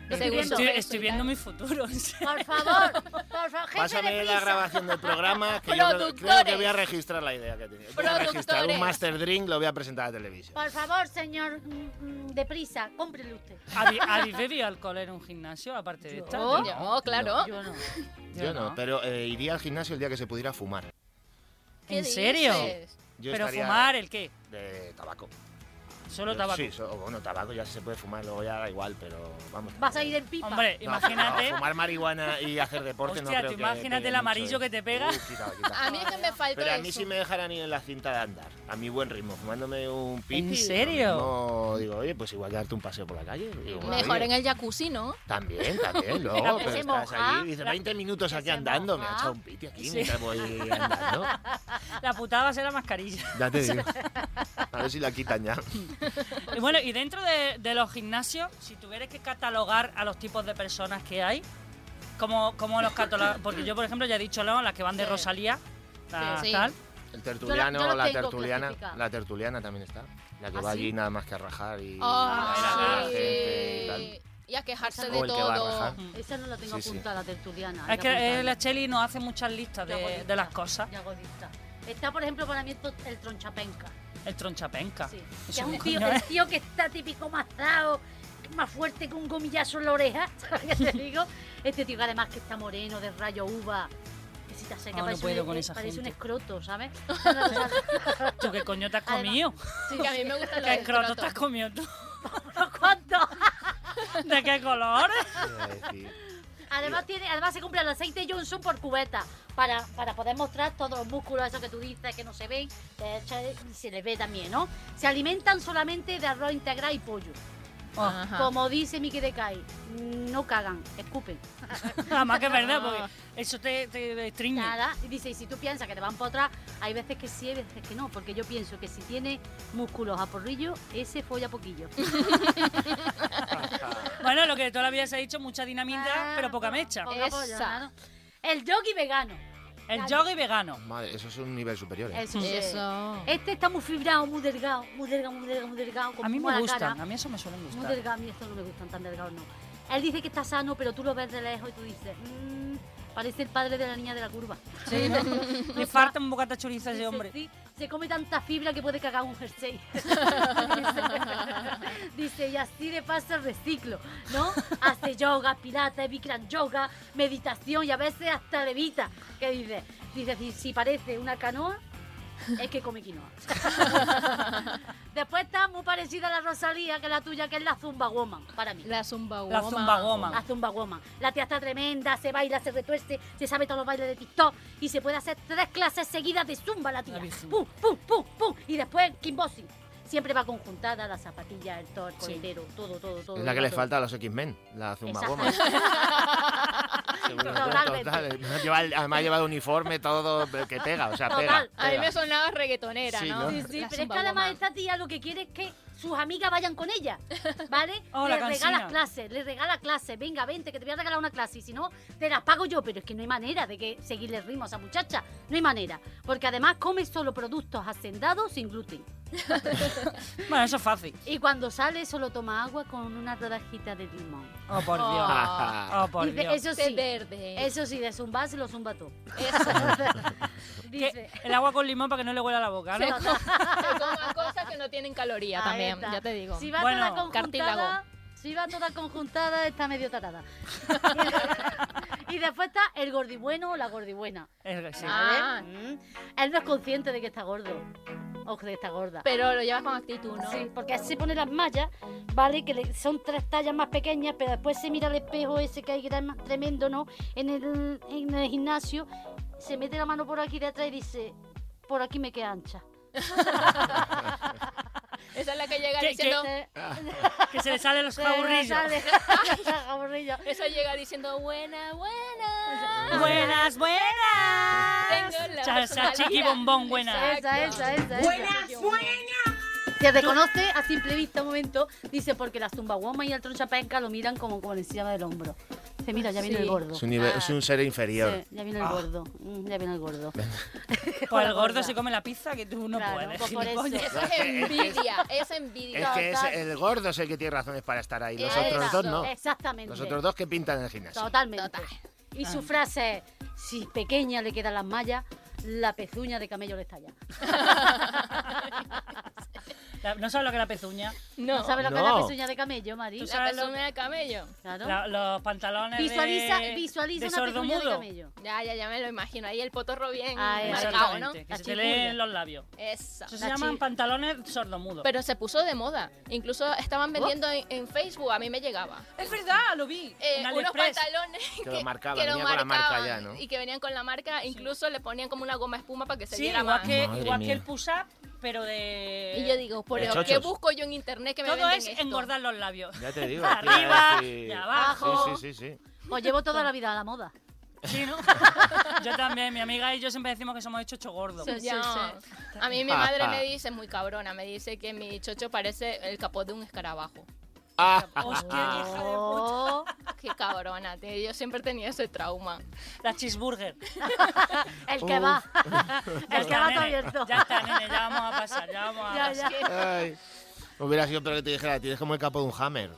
Estoy viendo Estoy, eso, estoy ya. viendo mi futuro. en serio. Por favor, por favor, jefe de Pásame prisa. la grabación del programa que yo creo- creo que voy a Productores. registrar la idea que tenía. Voy a registrar Productores. un Master Drink, lo voy a presentar a la televisión. Por favor, señor, mm, mm, deprisa, cómprele usted. ¿Habí- ¿Habéis bebido alcohol en un gimnasio aparte de esta? Yo, Oh, claro. Yo no. Yo no, pero eh, iría al gimnasio el día que se pudiera fumar. ¿Qué ¿En serio? dices? Yo ¿Pero estaría fumar el qué? De tabaco. Solo Yo- tabaco. Sí, so- bueno, tabaco ya se puede fumar, luego ya da igual, pero vamos. Vas a ir en pipa. Hombre, No, imagínate. no, fumar marihuana y hacer deporte no Hostia, creo tú que imagínate pegue el mucho, amarillo ¿eh? que te pega. Uy, quita, quita. A mí es que me faltó Pero a eso. mí sí me dejaran ir en la cinta de andar, a mi buen ritmo, fumándome un piti. ¿En serio? No, digo, oye, pues igual que darte un paseo por la calle. Digo, Mejor oye, en el jacuzzi, ¿no? También, también, luego, que pero se estás moja, allí, dices, la- 20 minutos que aquí se andando, me ha moja. echado un piti aquí, Sí. me me voy andando. La putada va a ser la mascarilla. Ya te digo. A ver si la quitan ya. Y bueno, y dentro de, de los gimnasios, si tuvieras que catalogar a los tipos de personas que hay, ¿cómo, cómo los catalogas? Porque yo, por ejemplo, ya he dicho ¿no? las que van de Sí. Rosalía, la Sí, sí. tal. El tertuliano, yo lo la tengo tertuliana, clasificado. la tertuliana también está. La que ¿Ah, va sí? allí nada más que a rajar y Ah, a sí. gente y tal. Y a quejarse O de el que va a todo. rajar. Esa no la tengo Sí, sí. apuntada, la tertuliana. Es la que apuntada. eh, la Cheli nos hace muchas listas Ya de, bonita. de las cosas. Ya godista. Está, por ejemplo, para mí el to- el tronchapenca. El tronchapenca. Sí. Es Que es un un tío, coño, ¿eh? el tío que está típico mazado, más fuerte que un gomillazo en la oreja, ¿sabes qué te digo? Este tío que además que está moreno, de rayo uva, que si te acerca Ah, no parece, puedo un, con esa parece un gente. escroto, ¿sabes? No, no, no, ¿Tú qué coño te has Además- comido? Sí, que a mí me gusta lo ¿Qué del escroto croto. te has comido tú? no, ¿cuánto? ¿De qué color? Además, tiene, además se cumple el aceite Johnson por cubeta para, para poder mostrar todos los músculos, esos que tú dices que no se ven, de hecho, se les ve también, ¿no? Se alimentan solamente de arroz integral y pollo. Oh, Ajá. Como dice Miki de Kai, no cagan, escupen. además que es verdad, porque eso te, te destriñe. Nada, y dice, y si tú piensas que te van para atrás, hay veces que sí, hay veces que no, porque yo pienso que si tiene músculos a porrillo, ese folla poquillo. Bueno, lo que toda la vida se ha dicho, mucha dinamita, Ah, pero poca mecha. poca polla, Esa. claro. El yogi vegano. El yogi vegano. Madre, eso es un nivel superior. ¿eh? Eso sí. Eso. Este está muy fibrado, muy delgado, muy delgado, muy delgado, muy delgado. con A mí mala me cara. gustan, a mí eso me suelen Muy gustar. delgado, a mí estos no me gustan tan delgados, no. Él dice que está sano, pero tú lo ves de lejos y tú dices, "Mm, parece el padre de la niña de la curva. Sí, ¿no? Le falta un bocata chorizo a ese Dice, hombre. "Sí, se come tanta fibra que puede cagar un jersey. Dice, y así de paso reciclo, ¿no? Hace yoga, pilates, Bikram yoga, meditación y a veces hasta levita. ¿Qué dice? Dice, si, si parece una canoa, es que come quinoa. Después está muy parecida a la Rosalía, que es la tuya, que es la Zumba Woman, para mí. La zumba La zumba La goma. Zumba Woman. La tía está tremenda, se baila, se retuerce, se sabe todos los bailes de TikTok y se puede hacer tres clases seguidas de Zumba la tía. La bizu. Pum, pum, pum, pum. Y después kickboxing. Siempre va conjuntada la zapatilla, el todo, el Sí. coletero, todo, todo, todo. Es la que le todo. falta a los X-Men, la Zumba Exacto. Woman. Seguro, Totalmente. total. eh, Lleva el- además lleva uniforme, todo eh, que pega, o sea, Total. pega. A mí pega. me sonaba reggaetonera, Sí, ¿no? ¿no? Sí, sí, La pero es que zumba además woman. esta tía lo que quiere es que sus amigas vayan con ella, ¿vale? Oh, la le cansina. regala clases, le regala clases, venga, vente, que te voy a regalar una clase, y si no, te las pago yo, pero es que no hay manera de que seguirle el ritmo a esa muchacha, no hay manera, porque además come solo productos hacendados sin gluten, Bueno, eso es fácil. y cuando sale solo toma agua con una rodajita de limón. Oh, por Dios. Ah, Oh, por Ah. Dice, Dios. eso Té sí, verde. eso sí, de zumbar se lo zumba todo. Eso. Que Dice, el agua con limón para que no le huela la boca, ¿no? Se, co- se coman cosas que no tienen caloría Ahí también, está. ya te digo. Si va Bueno, toda cartílago. conjuntada, si va toda conjuntada, está medio tarada. y después está el gordibueno o la gordibuena. Es- sí. Ah. ¿vale? Mm. Él no es consciente de que está gordo. O que está gorda. Pero lo llevas con actitud, ¿no? Sí, porque así se pone las mallas, ¿vale? Que le- son tres tallas más pequeñas, pero después se mira al espejo ese que hay gran- tremendo, ¿no? En el, en el gimnasio, se mete la mano por aquí detrás y dice, por aquí me queda ancha. Esa es la que llega ¿Qué- diciendo, Se- Ah, Que se le salen los se jaburrillos. sale- Jaburrillo. esa llega diciendo buena, buena. Buenas, buenas. Tengo la Cha- cha- personalidad. chiqui bombón, buenas. Esa, Exacto. esa, esa, esa. Se reconoce a simple vista un momento, dice porque la zumba woman y el troncha penca lo miran como por encima del hombro. Dice, mira, ya viene Sí. el gordo. Es un, nivel- es un ser inferior. Sí, ya viene el gordo. Mm, Ya viene el gordo. Pues el gordo se come la pizza que tú no Claro, puedes. pues por gilipollas. eso. Eso es envidia, es Es envidia. que es el gordo es el que tiene razones para estar ahí. Los Eso. otros dos no. Exactamente. Los otros dos que pintan en el gimnasio. Totalmente. Total. Y Ah. su frase es, si pequeña le quedan las mallas, la pezuña de camello le estalla. La- ¿No sabes lo que es la pezuña? ¿No, No, sabes lo que es la No. pezuña de camello, Mari? Tú la sabes lo- persona de camello. Claro. La- los pantalones visualiza de, visualiza de una sordo pezuña de mudo. camello. Ya, ya, ya me lo imagino. Ahí el potorro bien Ah, marcado, ¿no? Exactamente, que La se te chiculla. leen los labios. Esa. Eso se La llaman chi- pantalones sordomudos. Pero se puso de moda. Incluso estaban Oh. vendiendo en, en Facebook, a mí me llegaba. es verdad, lo vi. en Eh, unos AliExpress. pantalones que, Que lo marcaba, que lo venía con la marca marcaban ya, ¿no? Y que venían con la marca, incluso le ponían como una goma espuma para que se Sí, viera igual más. que, Madre igual que mía. el push-up, pero de... Y yo digo, pues, De ¿pero qué chochos. busco yo en internet que me Todo venden es esto? engordar los labios. Ya te digo. te iba a Arriba, decir- de abajo. abajo. Sí, sí, sí. Eh. sí. Os pues llevo toda la vida a la moda. Sí, ¿no? yo también, mi amiga y yo siempre decimos que somos de chocho gordo. Sí. Ya. A mí mi madre me dice, muy cabrona, me dice que mi chocho parece el capó de un escarabajo. Ah, Hostia, hija de puta. Oh, Qué cabrona, tío. Yo siempre tenía ese trauma. La cheeseburger. el que va. Ya el que Pues está, va nene, está abierto. Ya está, nene, ya vamos a pasar, ya vamos a Ya, pasar. ya. ay. Hubiera sido pero que te dijera, tienes como el capo de un hammer.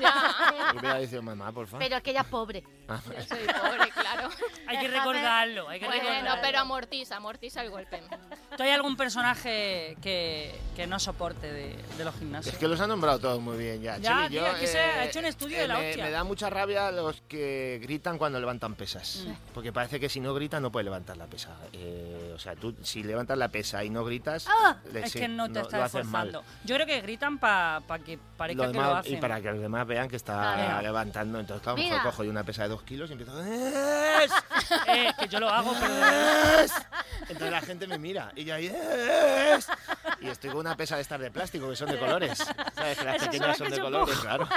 Ya, Hubiera dicho, mamá, por favor. Pero es que ella es pobre. yo soy pobre, claro. Hay que Déjame. recordarlo, hay que Bueno, recordarlo. pero amortiza, amortiza el golpe. ¿Tú hay algún personaje que, que no soporte de, de los gimnasios? Es que los han nombrado todos muy bien ya. Ya, Cheli, tío, yo, eh, aquí se ha hecho un estudio de la me, hostia. me da mucha rabia los que gritan cuando levantan pesas. Mm. Porque parece que si no gritas no puedes levantar la pesa. Eh, o sea, tú si levantas la pesa y no gritas, le- Ah, Es sí, que no te lo estás haces mal. esforzando. Yo creo que gritan para que parezca Lo que lo demás- hacen. y para que los demás vean que está Claro. levantando. Entonces, claro, a lo mejor Mira. cojo yo una pesa de dos kilos y empiezo... Eh, que yo lo hago, pero... "¡Yes!". Entonces la gente me mira y yo ahí... "¡Yes!". Y estoy con una pesa de estas de plástico que son de colores. ¿Sabes? Que las Esas son pequeñas las son que de yo colores, claro.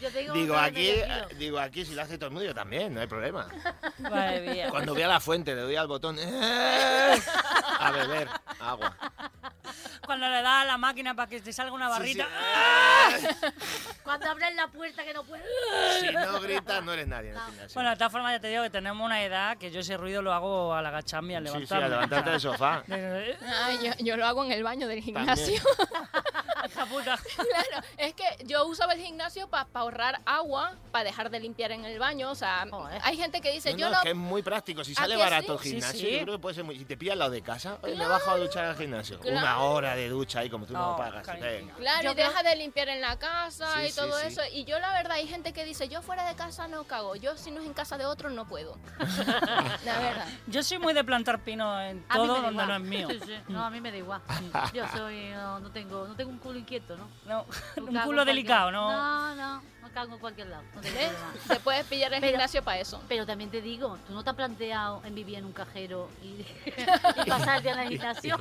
Yo tengo Digo, una de aquí, ah. eh, medio kilo. digo, aquí si lo hace todo el mundo, yo también, no hay problema. Madre mía. Cuando voy a la fuente, le doy al botón. "¡Eh!", A beber agua. Cuando le da a la máquina para que te salga una Sí, sí, barrita. "¡Eh!". Cuando abren la puerta que no puedo. Si no gritas, no eres nadie en el gimnasio. Bueno, de todas formas ya te digo que tenemos una edad que yo ese ruido lo hago al agacharme, al Sí, sí, levantarme. a levantarte del sofá. De- Ay, yo, yo lo hago en el baño del gimnasio. Hija puta. Claro, es que yo usaba el gimnasio para ahorrar agua, para dejar de limpiar en el baño. O sea, Joder. hay gente que dice, No, Oh, eh. yo no, no. es que es muy práctico. Si ¿A sale que sí? barato el Sí, gimnasio, sí. yo creo que puede ser muy... Si te pillas al lado de casa, oye, me bajo a duchar al gimnasio. Una Claro. hora de ducha ahí, como tú no, No, pagas. cariño. venga. Claro, Yo y creo- deja de limpiar en la casa Sí, y todo sí, sí. eso. Y yo, la verdad, hay gente que dice, yo fuera de casa no cago. Yo, si no es en casa de otro, no puedo. la verdad. Yo soy muy de plantar pino en A mí me todo da donde igual. no es mío. Sí, sí. No, a mí me da igual. Yo soy, no, no tengo, no tengo un culo inquieto, ¿no? No, un Yo cago culo en cualquier- delicado, ¿no? No, no, no cago en cualquier lado. No tengo ¿Ves? problema. Te puedes pillar el Ah. Pero- gimnasio para eso. Pero también te digo, ¿tú no te has planteado en vivir en un cajero y, y pasar el día en el gimnasio?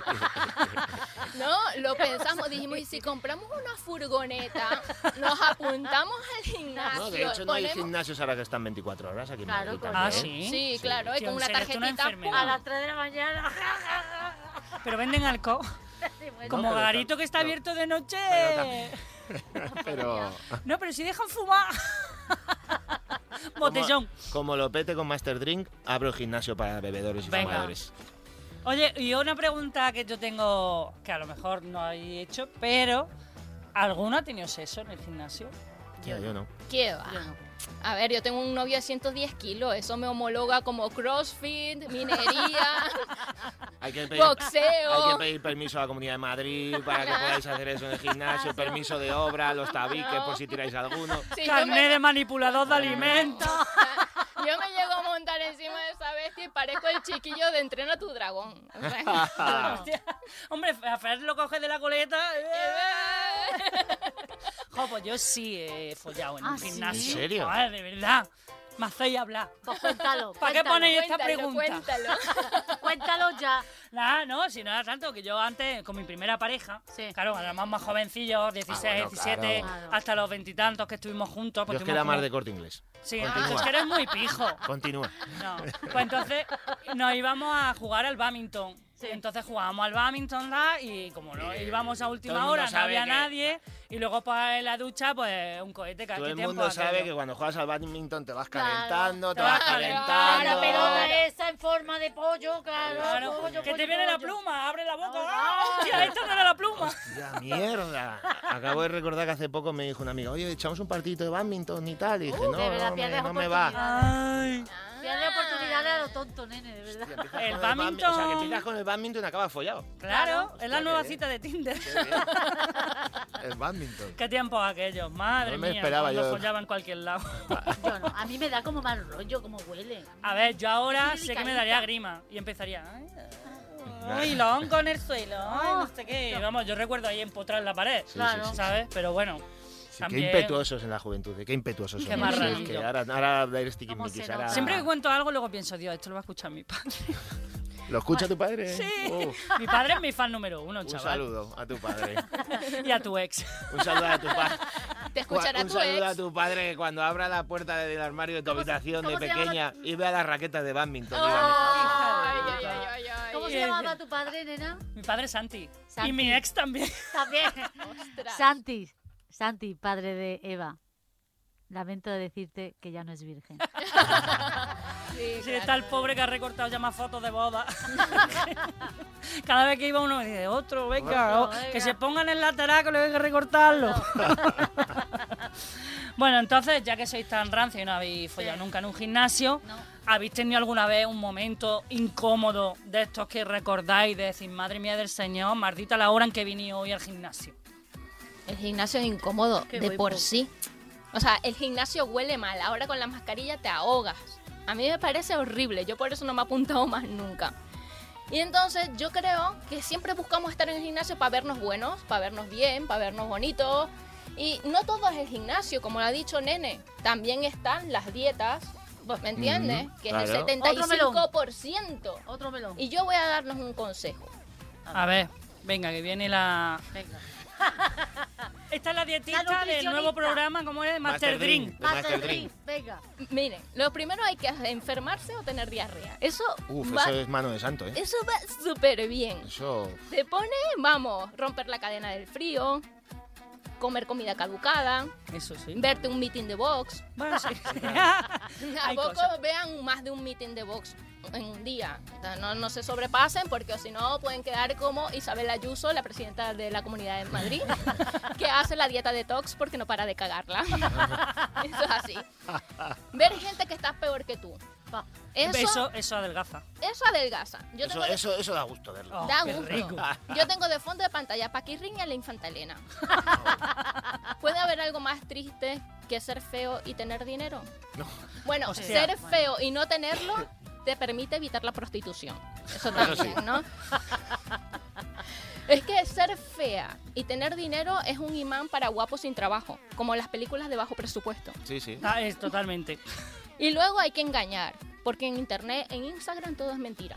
No, lo pensamos, dijimos, y si compramos una furgoneta, nos apuntamos al gimnasio. No, de hecho no hay ponemos- gimnasios ahora que están 24 horas aquí en Claro, Madrid claro. Ah, también. sí. Sí, claro, y Tío, con en una serio, esto es una tarjetita. enfermedad. A ¡pum! las 3 de la mañana. Pero venden alcohol. Como pero garito tam- que está no. abierto de noche. Pero ¿eh? Pero... No, pero si dejan fumar. Botellón. Como, como lo pete con Master Drink, abro el gimnasio para bebedores y Venga. fumadores. Oye, y una pregunta que yo tengo, que a lo mejor no habéis hecho, pero ¿alguno ha tenido sexo en el gimnasio? Tío, yo no. ¿Qué va? Yo no. A ver, yo tengo un novio de 110 kilos, eso me homologa como crossfit, minería, Hay que pedir, hay que boxeo. pedir permiso a la Comunidad de Madrid para que podáis hacer eso en el gimnasio, permiso de obra, los tabiques por si tiráis alguno. Sí, yo, Carné me, de manipulador de alimentos. yo me llego a montar encima de esa bestia y parezco el chiquillo de entrena tu dragón. O sea, Hostia. Hombre, a Fran lo coge de la coleta. eh. Jo, pues yo sí he follado en Ah, el ¿sí? gimnasio. ¿En serio? Joder, de verdad. Me hacéis hablar. Pues cuéntalo. ¿Para qué cuéntalo. ponéis esta cuéntalo, pregunta? cuéntalo. Cuéntalo ya. Nada, no, si no era tanto que yo antes, con mi primera pareja, Sí. claro, cuando éramos más jovencillos, 16, Ah, bueno, 17, claro. hasta los veintitantos que estuvimos juntos. Yo pues es que tuvimos era más como- de corte inglés. Sí, ah, Continúa. es que eres muy pijo. Continúa. No. Pues entonces nos íbamos a jugar al badminton. Sí. Entonces jugábamos al badminton da, y como no Eh, íbamos a todo el última mundo hora, no sabe había que- nadie. Y luego para en la ducha, pues un cohete que Todo aquí el tiempo mundo sabe aquello. que cuando juegas al badminton te vas Claro. calentando, Te te vas vas calentando. la calentando. pelota esa en forma de pollo, claro. Claro, pollo, que pollo, te viene la pollo. pluma, abre la boca. No, ¡Ah, no. hostia, esto no era la pluma! ¡La mierda! Acabo de recordar que hace poco me dijo una amiga, oye, echamos un partidito de badminton y tal. Y dije, Uh, no, de verdad, no, me, pierdes no me va. Ay. Tiene oportunidades a lo tonto, nene, de verdad. Hostia, empiezas El con badmi- O sea, que badminton. empiezas con el badminton y acabas follado. Claro, es Hostia, la qué nueva bien. cita de Tinder. El badminton. Qué tiempos aquellos, madre No me mía. esperaba cuando yo. follaba en cualquier lado. Ah. Yo no, a mí me da como mal rollo, como huele. A ver, yo ahora Soy sé que me delicadita. daría grima y empezaría. ¿eh? Ay, ay, lon con el suelo, ay, no sé qué. Vamos, yo recuerdo ahí empotrar la pared, Sí, Claro. sí, sí, ¿sabes? Pero bueno, Sí, también. Qué impetuosos en la juventud, eh, qué impetuosos Qué son. marranillo. es que ahora, ahora eres ¿Cómo tiquismiquis, será? ahora- Siempre que cuento algo, luego pienso, Dios, esto lo va a escuchar mi padre. ¿Lo escucha tu padre? Sí. Uh, mi padre es mi fan número uno, un chaval. saludo a tu padre. Y a tu ex. Un saludo a tu padre. Te escuchará un tu saludo ex. a tu padre que cuando abra la puerta del armario de tu habitación de cómo se llama Oh. pequeña y vea las raquetas de badminton. Ay, ay, ay, ay, ay. ¿Cómo Eh, se llamaba tu padre, nena? Mi padre es Santi. Santi. Y mi ex también. También. Ostras. Santi, Santi, padre de Eva. Lamento decirte que ya no es virgen. Sí, Sí, está el pobre que ha recortado ya más fotos de boda. Cada vez que iba uno dice, otro, venga, Otro, o- venga. que se pongan el lateral que luego hay que recortarlo. bueno, entonces, ya que sois tan rancio y no habéis follado Sí. nunca en un gimnasio, No. ¿habéis tenido alguna vez un momento incómodo de estos que recordáis, de decir, madre mía del Señor, maldita la hora en que vine hoy al gimnasio? El gimnasio es incómodo Que de voy por poco. sí. O sea, el gimnasio huele mal. Ahora con la mascarilla te ahogas. A mí me parece horrible. Yo por eso no me he apuntado más nunca. Y entonces yo creo que siempre buscamos estar en el gimnasio para vernos buenos, para vernos bien, para vernos bonitos. Y no todo es el gimnasio, como lo ha dicho Nene. También están las dietas, ¿me entiendes? Ujú, que claro. es el Otro melón. 75%. Otro melón. Y yo voy a darnos un consejo. A ver, venga, que viene la... Venga. Esta es la dietista del nutricionista. nuevo programa, ¿cómo es? Master Dream. Master Drink, Venga. Miren, lo primero hay que enfermarse o tener diarrea. Eso Uf, va eso es mano de santo, ¿eh? Eso va súper bien. Eso. Te pone, vamos, romper la cadena del frío, comer comida caducada, Eso sí. verte un meeting de box. Bueno, sí. A Hay poco cosas. vean más de un meeting de box en un día. O sea, no, no se sobrepasen porque si no pueden quedar como Isabel Ayuso, la presidenta de la Comunidad de Madrid, que hace la dieta detox porque no para de cagarla. Eso es así. Ver gente que está peor que tú. Ah. Va. Eso, eso, Eso, eso adelgaza. adelgaza. Yo Eso, tengo- eso, eso da gusto verlo. Oh, Da qué gusto. rico. Yo tengo de fondo de pantalla Paquirrin y a la Infanta Elena. ¿Puede haber algo más triste que ser feo y tener dinero? No. Bueno, Hostia, ser bueno. feo y no tenerlo te permite evitar la prostitución. Eso Eso también, ¿no? Es que ser fea y tener dinero es un imán para guapos sin trabajo, como las películas de bajo presupuesto. Sí, sí. Ah, es totalmente. Y luego hay que engañar, porque en internet, en Instagram todo es mentira.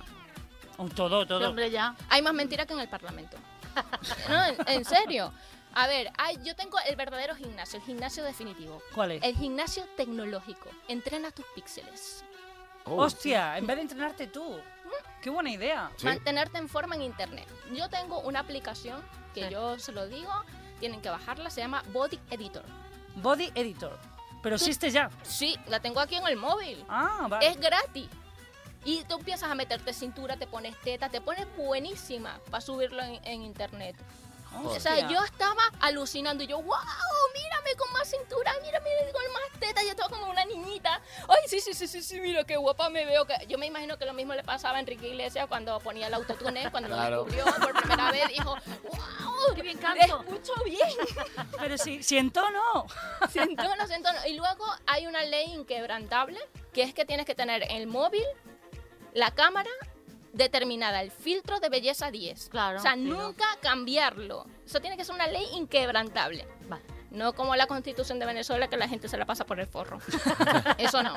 Un Oh, Todo, Sí, todo. hombre, ya. Hay más mentira que en el Parlamento. No, en, en serio. A ver, ay, yo tengo el verdadero gimnasio, el gimnasio definitivo. ¿Cuál es? Eh, El gimnasio tecnológico. Entrena tus píxeles. Oh. Hostia, en vez de entrenarte tú. ¿Mm? Qué buena idea. Sí. Mantenerte en forma en internet. Yo tengo una aplicación que yo se lo digo, tienen que bajarla, se llama Body Editor. Body Editor. Pero existe ya. Sí, la tengo aquí en el móvil. Ah, Eh. vale. Es gratis. Y tú empiezas a meterte cintura, te pones teta, te pones buenísima para subirlo en, en internet. O sea, Hostia. yo estaba alucinando y yo, wow, mírame con más cintura, mírame con más teta, yo estaba como una niñita. Ay, sí, sí, sí, sí, sí, mira qué guapa me veo. que- Yo me imagino que lo mismo le pasaba a Enrique Iglesias cuando ponía el autotune, cuando Claro. lo descubrió por primera vez, dijo, wow, Qué bien canto. escucho bien. Pero si, si en tono. Se entona, se entona. Y luego hay una ley inquebrantable, que es que tienes que tener el móvil, la cámara determinada, el filtro de belleza 10. Claro, o sea, sí, no. nunca cambiarlo. Eso tiene que ser una ley inquebrantable. Vale. No como la constitución de Venezuela que la gente se la pasa por el forro. Eso no.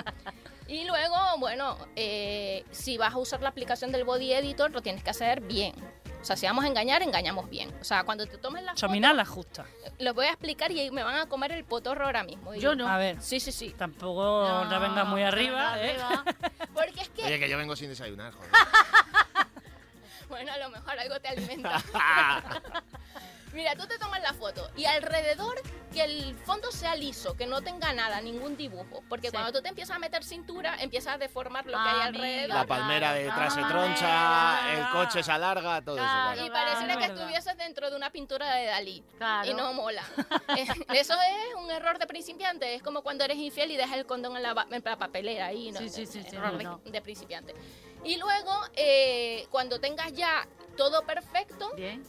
Y luego, bueno, eh, si vas a usar la aplicación del Body Editor, lo tienes que hacer bien. O sea, si vamos a engañar, engañamos bien. O sea, cuando te tomes la foto, Chaminar la justa. lo voy a explicar y me van a comer el potorro ahora mismo. Yo no. A ver, Sí, sí, sí. tampoco la vengas muy arriba, ¿eh? Porque es Eh. que, Oye, que yo vengo sin desayunar, joder. bueno, a lo mejor algo te alimenta. Mira, tú te tomas la foto y alrededor que el fondo sea liso, que no tenga nada, ningún dibujo. Porque Sí. cuando tú te empiezas a meter cintura, empiezas a deformar lo que Ah, hay mira. alrededor. La palmera de detrás se troncha, el coche se alarga, todo Claro. Y eso. pareciera que Es verdad. estuvieses dentro de una pintura de Dalí. Claro. Y no mola. Eh, Eso es un error de principiante. Es como cuando eres infiel y dejas el condón en la, ba- en la papelera ahí. ¿no? Sí, sí, sí, sí, Error no, de, no. de principiante. Y luego, eh, cuando tengas ya todo perfecto, Bien.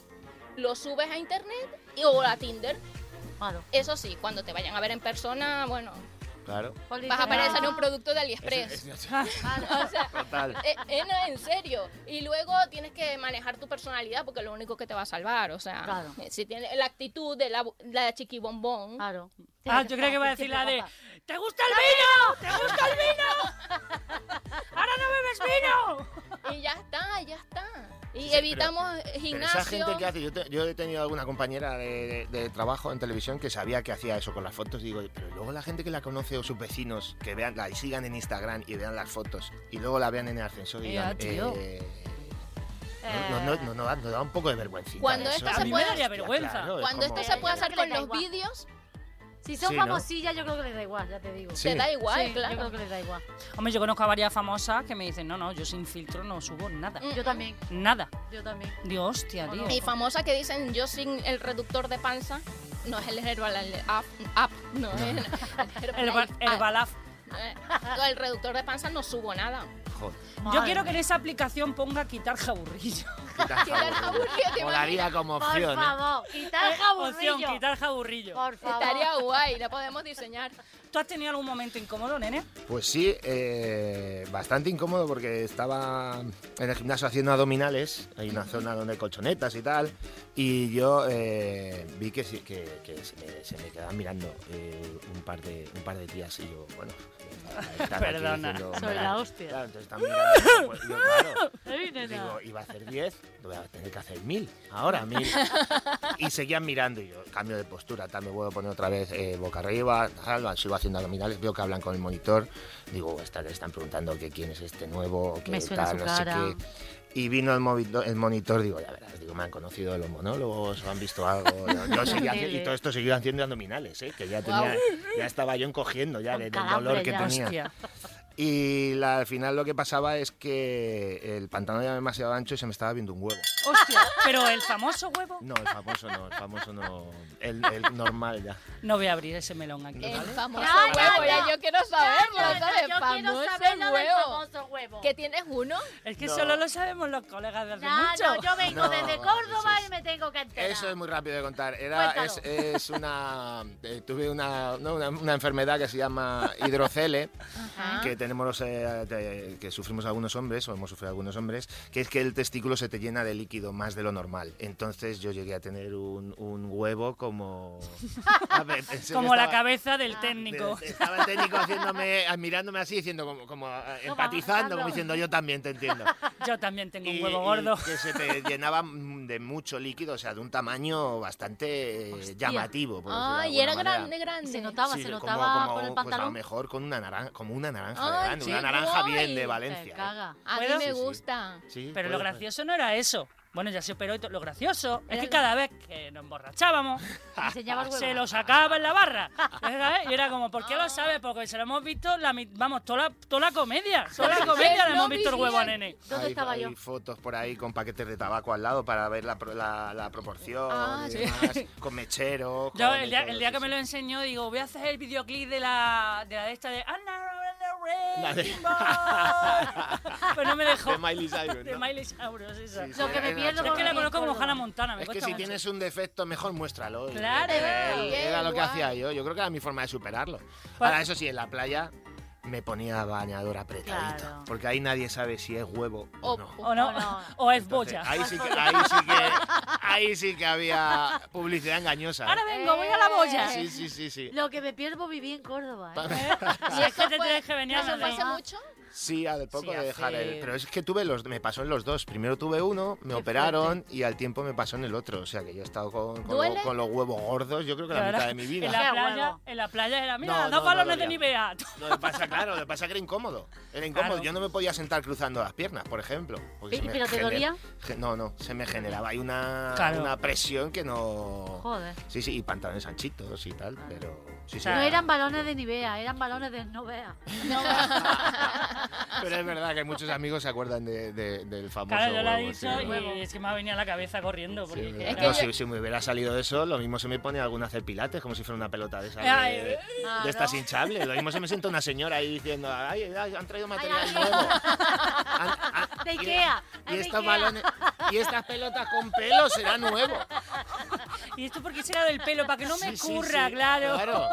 lo subes a internet y, o a Tinder. Malo. Eso sí, cuando te vayan a ver en persona, bueno, Claro. vas a aparecer en un producto de AliExpress. Eso- eso- O sea, Total. eh, eh, no, en serio. Y luego tienes que manejar tu personalidad porque es lo único que te va a salvar. O sea, Claro. eh, si tienes la actitud de la, bu- la chiquibombón. Claro. Ah, yo creo que va a decir la de. ¡Te gusta el vino! ¡Te gusta el vino! ¡Ahora no bebes vino! Ah. Y ya está, ya está. Y sí, evitamos Pero esa gimnasio. gente que hace, yo, te- yo he tenido alguna compañera de, de- de trabajo en televisión que sabía que hacía eso con las fotos. Digo, pero luego la gente que la conoce o sus vecinos que vean, la y sigan en Instagram y vean las fotos y luego la vean en el ascensor y Ea, digan, tío. eh, no, no, no, Eh, no, no da, no da un poco de vergüenza. Eh, Cuando esto se pueda- A mí me daría vergüenza. Cuando esto como- se puede Yo creo hacer que le con da los igual. vídeos, Si son Sí, ¿no? famosillas, yo creo que les da igual, ya te digo. Sí. Te da igual, Sí, Yo creo claro. que les da igual. Hombre, yo conozco a varias famosas que me dicen, no, no, yo sin filtro no subo nada. Mm. Yo también, Nada. yo también. Digo, hostia, tío. Y famosas que dicen yo sin el reductor de panza. No es el Herbalife Up, up, no es el El, ba- Herbalife el Up. balaf. Eh, Con el reductor de panza no subo nada. Joder, Yo quiero que en esa aplicación ponga quitar jaburrillo. quitar Qué tan jaburrillo. aburrido, ¿te imaginas? Molaría como Por opción, ¿eh? favor, quitar jaburrillo. Opción, quitar jaburrillo. Por favor. Estaría guay, la podemos diseñar. ¿Tú has tenido algún momento incómodo, nene? Pues sí, eh, bastante incómodo porque estaba en el gimnasio haciendo abdominales, hay una zona donde hay colchonetas y tal, y yo eh, vi que, sí- que, que se, me, se me quedaban mirando eh, un, par de, un par de tías y yo, bueno... están aquí Perdona. diciendo, Soy "Hombre, la hostia". Claro, entonces están mirando, pues, yo, claro, Ay, Y nena. digo, iba a hacer 10, voy a tener que hacer 1000. Ahora 1000. Y seguían mirando. Y yo cambio de postura, tal, me vuelvo a poner otra vez eh, boca arriba, tal, sigo haciendo abdominales. Veo que hablan con el monitor. Digo, esta le están preguntando que quién es este nuevo, que Me suena tal, su no cara. sé qué. Y vino el, movi- el monitor, digo, ya verás, digo, me han conocido los monólogos, o han visto algo. Yo, yo seguía haciendo- y todo esto seguía haciendo abdominales, ¿eh? que ya tenía, ya estaba yo encogiendo ya Con de- del calambre dolor que ya. tenía. Y la- al final lo que pasaba es que el pantano era demasiado ancho y se me estaba viendo un huevo. Hostia, pero el famoso huevo. No, el famoso no, el famoso no. El, el normal ya. No voy a abrir ese melón aquí, El ¿vale? famoso Ya, Ah, ya, huevo, ya, ya. yo quiero saberlo, ¿sabes? yo quiero saber famoso lo del huevo. famoso huevo. ¿Que tienes uno? Es que No. solo lo sabemos los colegas de hace No, mucho. no, yo vengo No, desde eso Córdoba es- y me tengo que enterar. Eso es muy rápido de contar. Era, es, Cuéntalo. es una. eh, tuve una, no, una, una enfermedad que se llama hidrocele, que tenemos los, eh, te- que sufrimos algunos hombres, o hemos sufrido algunos hombres, que es que el testículo se te llena de líquido más de lo normal. Entonces yo llegué a tener un, un huevo como. A ver, pensé que Como la estaba- cabeza del técnico. De- de- Estaba el técnico haciéndome, mirándome así, diciendo como, como ah, empatizando, como Pablo. diciendo yo también te entiendo. Yo también tengo un Ah. Y- huevo gordo. y que se te llenaba mm, de mucho líquido, o sea, de un tamaño bastante eh, llamativo. por decirlo de Ah, y alguna era manera. grande, grande. Se notaba, Sí, se como- notaba con el como- pues a lo pantalón. mejor con una naranja, como una naranja de Ay, grande, sí, una naranja guay. bien de Te Valencia. ¿eh? caga. A mí ¿Puedo? Sí, me sí. gusta. Sí, Pero puede- lo gracioso no era eso. Bueno, ya se operó y todo. Lo gracioso es Era que el- cada vez que nos emborrachábamos, Enseñaba el huevo. se lo sacaba en la barra. ¿verdad? Y era como, ¿por qué lo sabes? Porque se lo hemos visto, la, mi- vamos, toda la, toda la comedia. Toda la Sí, comedia le lo hemos visto el huevo a vi. nene. ¿Dónde hay, estaba hay yo? fotos por ahí con paquetes de tabaco al lado para ver la, pro- la, la proporción Ah, y sí. demás, con mechero. Yo con el día, todo, el día sí, que me sí. lo enseñó digo, voy a hacer el videoclip de la de, la de esta de Anna La de- Pero no me dejó. De Miley Cyrus, De ¿no? Miley Cyrus, esa. Sí, sí, Lo que me era pierdo Es chorra. que la conozco como Córdoba. Hannah Montana. Me Es que cuesta si mucho. tienes un defecto, mejor muéstralo. Y Claro. era- Qué Era lo que guay. hacía yo. Yo creo que era mi forma de superarlo. Pa- Ahora, eso sí, en la playa me ponía bañador apretadito. Claro. Porque ahí nadie sabe si es huevo o, O- no. O no, No, no, o es Entonces, boya. ahí, sí que, ahí, sí que, ahí sí que había publicidad engañosa. ¿eh? Ahora vengo, voy a la boya. Sí, sí, sí, sí. Lo que me pierdo viví en Córdoba. ¿eh? Si es que te fue- tienes que venir a ¿Eso fue hace Madrid. mucho? Sí, al poco Sí, de dejar hace- el. Pero es que tuve los. Me pasó en los dos. Primero tuve uno, me operaron y al tiempo me pasó en el otro. O sea que yo he estado con, con, ¿Duele? lo- con los huevos gordos, yo creo que la Claro, mitad de mi vida. En la Qué playa, huevo. en la playa era, mira, No, dos no, no balones de dolía. Nivea. Lo que pasa, claro, lo que pasa es que era incómodo. Era incómodo. Claro. Yo no me podía sentar cruzando las piernas, por ejemplo. porque se ¿Y- me pero te gener- dolía? ge- No, no, se me generaba. Hay una, Claro. una presión que no. Joder. Sí, sí, y pantalones anchitos y tal, pero. Sí, sí, No No era- eran balones de Nivea, eran balones de Novea. Pero es verdad que muchos amigos se acuerdan de- de- del famoso. Claro, yo lo he huevo, sí, dicho ¿verdad? y es que me ha venido a la cabeza corriendo. Sí, Porque es era- verdad. que No, yo- si, si me hubiera salido eso, lo mismo se me pone alguna a hacer pilates, como si fuera una pelota de esas. De, Ay, de claro. estas hinchables. Lo mismo se me siente una señora ahí diciendo, ay, ay, han traído material nuevo. Han- han- De y- Ikea. Y, es de estos Ikea. balones, y estas pelotas con pelo será nuevo. Y esto porque será del pelo, para que no me Sí, sí, curra, sí, claro.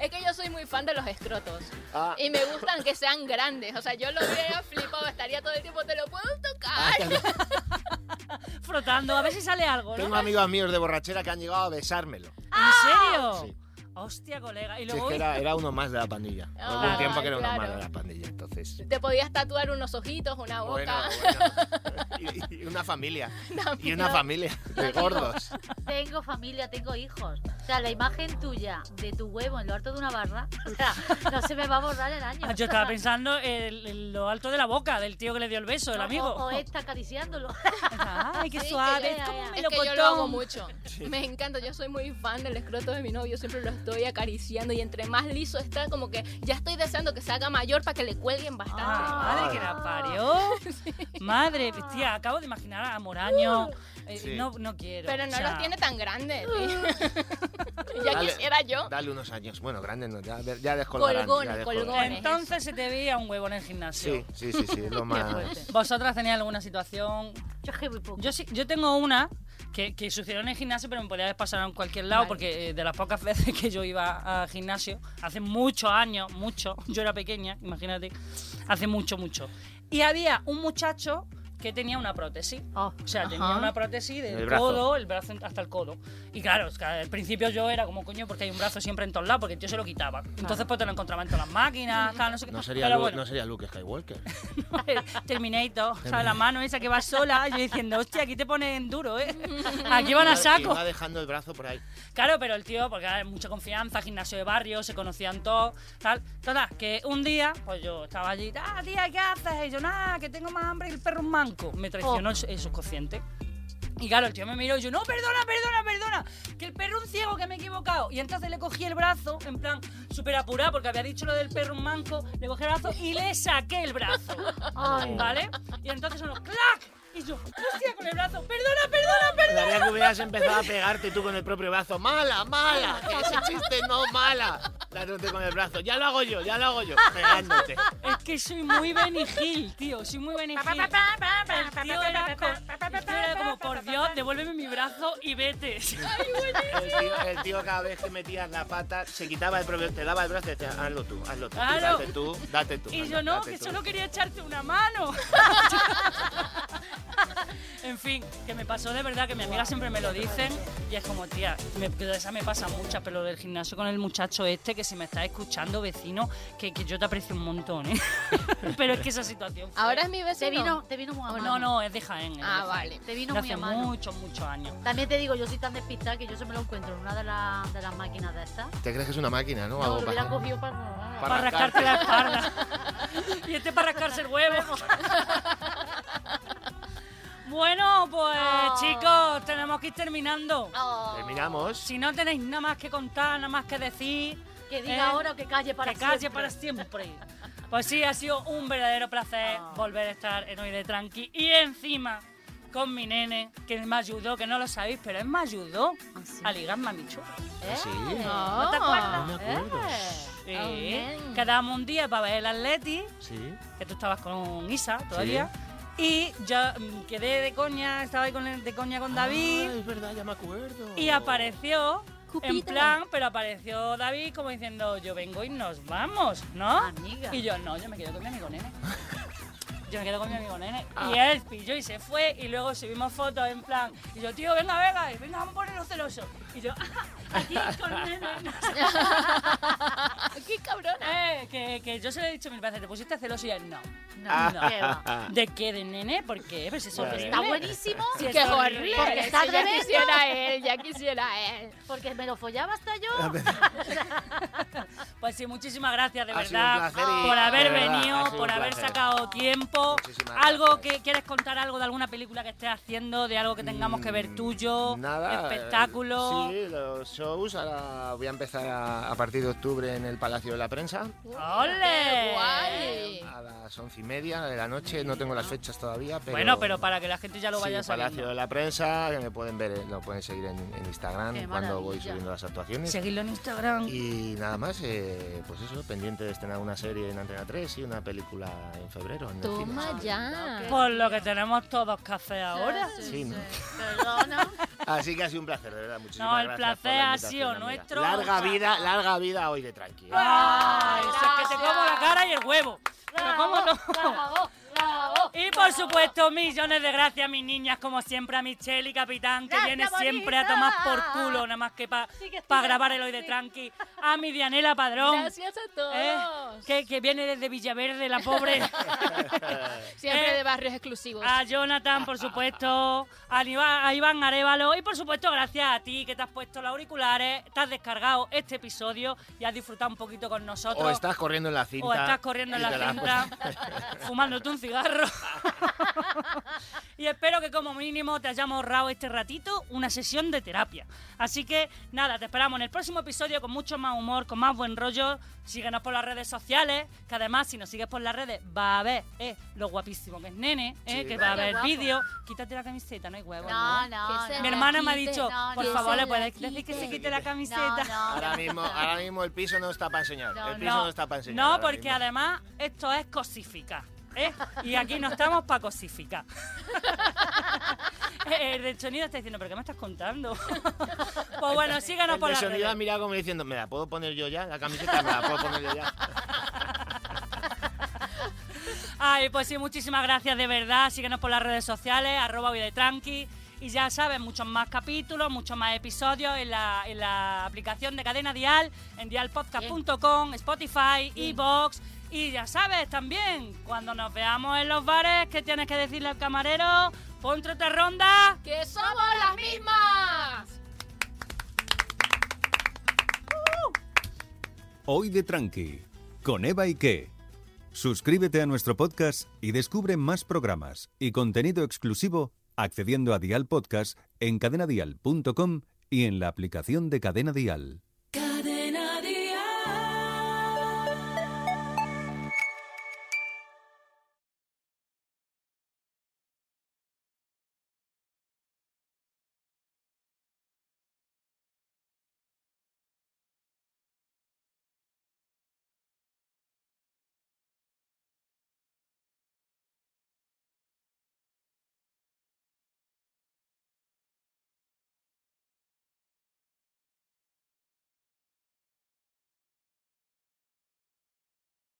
Es que yo soy muy fan de los escrotos. Ah. Y me gustan que sean grandes. O sea, yo lo hubiera flipado. Estaría todo el tiempo, te lo puedo tocar. Frotando, a ver si sale algo, ¿no? Tengo amigos míos de borrachera que han llegado a besármelo. ¡Ah! ¿En serio? Sí. Hostia, colega. Y Sí, es luego que era, era uno más de la pandilla. Ah, Hubo un tiempo que era uno claro. más de la pandilla, entonces. Te podías tatuar unos ojitos, una boca. Bueno, bueno. Y, y una familia. Y una familia de gordos. De tengo familia, tengo hijos. O sea, la imagen tuya de tu huevo en lo alto de una barra, o sea, no se me va a borrar el año. Ah, Yo estaba pensando en en lo alto de la boca del tío que le dio el beso, el O- amigo. O, o esta eh, acariciándolo. Ay, qué Sí, suave. que es ya, como ya, un Es ya. que yo lo melocotón. hago mucho. Me encanta, yo soy muy fan del escroto de mi novio, siempre lo estoy acariciando y entre más liso está, como que ya estoy deseando que se haga mayor para que le cuelguen bastante. Ah, madre que la parió. Madre, tía, acabo de imaginar a Moraño. Eh, Sí. no, no quiero. Uh. Pero o no sea, los tiene tan grandes. tío. ya Dale. quisiera yo. Dale unos años. Bueno, grande no, ya, ya descolgarán. Colgona, ya descolgarán. colgona. Entonces se te veía un huevo en el gimnasio. Sí, sí, sí, sí, es ¿eh? lo Qué más... fuerte. ¿Vosotras tenéis alguna situación? Yo es que muy poco. Yo sí, yo tengo una que, que sucedió en el gimnasio, pero me podía haber pasado en cualquier lado, Vale. porque eh, de las pocas veces que yo iba al gimnasio, hace muchos años, mucho, yo era pequeña, imagínate, hace mucho, mucho. Y había un muchacho que tenía una prótesis. Oh, O sea, tenía Ajá. una prótesis del El brazo. codo, el brazo en- hasta el codo. Y claro, es que al principio yo era como coño, porque hay un brazo siempre en todos lados, porque el tío se lo quitaba. Entonces, pues te lo encontraba en todas las máquinas, tal, no sé qué. No sería, Pero Lu- bueno, no sería Luke Skywalker. Terminator, o sea, la mano esa que va sola, yo diciendo, hostia, aquí te ponen duro, ¿eh? Aquí van a Y saco. va dejando el brazo por ahí. Claro, pero el tío, porque hay mucha confianza, gimnasio de barrio, se conocían todos, tal. Total, que un día, pues yo estaba allí, ah, tía, ¿qué haces? Y yo, nada, que tengo más hambre que el perro es manco. Me traicionó el, el subconsciente. Y claro, el tío me miró y yo, no, perdona, perdona, perdona, que el perro es un ciego, que me he equivocado. Y entonces le cogí el brazo, en plan, súper apurado, porque había dicho lo del perro es manco, le cogí el brazo y le saqué el brazo. ¿Vale? Y entonces sonó, ¡clac! Y yo, hostia, con el brazo, perdona, perdona, perdona. Daría que hubieras empezado a pegarte tú con el propio brazo. ¡Mala, mala! Ese chiste no, mala. Dándote con el brazo. Ya lo hago yo, ya lo hago yo. Pegándote. Es que soy muy Benny Hill, tío. Soy muy Benny Hill. El tío era, co- el tío era como, por Dios, devuélveme mi brazo y vete. El tío, el tío cada vez que metías la pata se quitaba el propio, te daba el brazo y decía, hazlo tú, hazlo tú. Claro. Date tú, date tú. Y anda, yo no, date que tú". solo quería echarte una mano. En fin, que me pasó de verdad, que mis amigas siempre me lo dicen y es como, tía, me, pero esa me pasa muchas, pero lo del gimnasio con el muchacho este que si me está escuchando, vecino, que, que yo te aprecio un montón, ¿eh? Pero es que esa situación... fue- Ahora es mi te, vecino. vino, te vino muy a mano. No, no, es de Jaén. es de Ah, Jaén. vale. Te vino De muy hace a mano. muchos, muchos años. También te digo, yo soy tan despistada que yo se me lo encuentro en una de, la- de las máquinas de estas. ¿Te crees que es una máquina, no? No, lo Algo para- hubiera cogido para robar. Para rascarte la espalda. y este para rascarse el huevo. bueno, pues Oh. chicos, tenemos que ir terminando. Terminamos. Si no tenéis nada más que contar, nada más que decir, Que Eh, diga ahora o que calle para que calle siempre. para siempre. Pues sí, ha sido un verdadero placer Oh. volver a estar en Hoy de Tranqui y encima con mi nene, que me ayudó, que no lo sabéis, pero él me ayudó Ah, sí. a ligarme a mi chulo. Eh, Sí. ¿No te acuerdas? No me acuerdo. Sí. Oh, bien. Quedábamos un día para ver el Atleti. Sí. que tú estabas con Isa todavía. Y yo mm, quedé de coña, estaba ahí con el- de coña con David. Ah, es verdad, ya me acuerdo. Y apareció, en Cupido. plan, pero apareció David como diciendo, yo vengo y nos vamos, ¿no? Ah, Amiga. Y yo, no, yo me quedo con mi amigo nene. Yo me quedo con mi amigo nene. Ah. Y él pilló y se fue. Y luego subimos fotos en plan. Y yo, tío, venga, venga, y venga, vamos a ponernos celosos. Y yo, aquí con nene. no sé ¡Qué cabrón! Ah. qué. Eh, que, que yo se lo he dicho mil veces, te pusiste celoso y él, no. No, Ah. qué va. ¿De qué? ¿De nene? pues, ¿Por qué? Pero si es Claro. horrible. Está buenísimo Sí, ¡Qué es horrible. horrible! Porque está Sí, ya tremendo. quisiera él, ya quisiera él. porque me lo follaba hasta yo. Pues sí, muchísimas gracias de Ha sido verdad un placer y- por haber de verdad, ha venido, sido por un haber placer. sacado tiempo. Muchísimas algo gracias. que quieres contar algo de alguna película que estés haciendo, de algo que tengamos que ver Mm, tuyo, Nada, espectáculo. eh, Sí, los shows. Ahora voy a empezar a, a partir de octubre en el Palacio de la Prensa. ¡Ole! ¡Qué guay! A las once y media de la noche. No tengo las fechas todavía, pero. Ah. Bueno, pero para que la gente ya lo Sí, vaya Palacio sabiendo. de la Prensa, que me pueden ver, eh, lo pueden seguir en, en Instagram Qué cuando voy maravilla. subiendo las actuaciones. Seguidlo en Instagram. Y nada más, eh, pues eso, pendiente de estrenar una serie en Antena 3 y una película en febrero. En el cine. Toma ya. Por lo que tenemos todos que hacer ahora. Sí, ¿no? Perdona. Así que ha sido un placer, de verdad. Muchísimas No, el gracias por placer la ha invitación, sido amiga. nuestro. Larga vida, larga vida hoy de Tranqui. ¿eh? ¡Ay! si es que te como la cara y el huevo. Pero cómo no. Bravo, bravo. ¡Bravo! Y por supuesto, millones de gracias a mis niñas, como siempre, a Michelle y Capitán, que Gracias, viene siempre a tomar por culo, nada más que para Sí que estoy grabar el hoy de sí. tranqui. A mi Dianela Padrón. Gracias a ¿eh? todos. que, que viene desde Villaverde, la pobre. Siempre eh, ah. de barrios exclusivos. A Jonathan, por supuesto, a Iván, a Iván Arevalo y por supuesto gracias a ti que te has puesto los auriculares, te has descargado este episodio y has disfrutado un poquito con nosotros. O estás corriendo en la cinta. O estás corriendo en y la te has cinta, fumándote un cigarro. y espero que como mínimo te hayamos ahorrado este ratito una sesión de terapia. Así que nada, te esperamos en el próximo episodio con mucho más humor, con más buen rollo. Síguenos por las redes sociales, que además si nos sigues por las redes va a ver eh, lo guapísimo que es Nene, eh, Sí, que vale. va a ver Guapo. vídeo. Quítate la camiseta, no hay huevo. No, no, Que se no. Mi hermana me ha quite, dicho, no, por no, favor, se le la puedes decir que quite. se quite la No, camiseta. no. Ahora mismo, ahora mismo el piso no está para enseñar. No, el piso No, no, está para enseñar. no, ahora porque mismo. además esto es cosificar. ¿eh? Y aquí no estamos para cosificar. Eh, El de Chonida está diciendo, ¿pero qué me estás contando? pues bueno, síganos El por de las sonido ha redes. mirado como diciendo, ¿me la puedo poner yo ya? La camiseta me la puedo poner yo ya. Ay, pues sí, muchísimas gracias de verdad. Síguenos por las redes sociales, arroba Vida y Tranqui. Y ya saben, muchos más capítulos, muchos más episodios en la, en la aplicación de Cadena Dial, en dialpodcast.com, Spotify, Evox. Y ya sabes también, cuando nos veamos en los bares, ¿qué tienes que decirle al camarero? Ponte otra ronda. ¡Que somos las mismas! Hoy de Tranqui, con Eva Ike. Suscríbete a nuestro podcast y descubre más programas y contenido exclusivo accediendo a Dial Podcast en cadenadial.com y en la aplicación de Cadena Dial.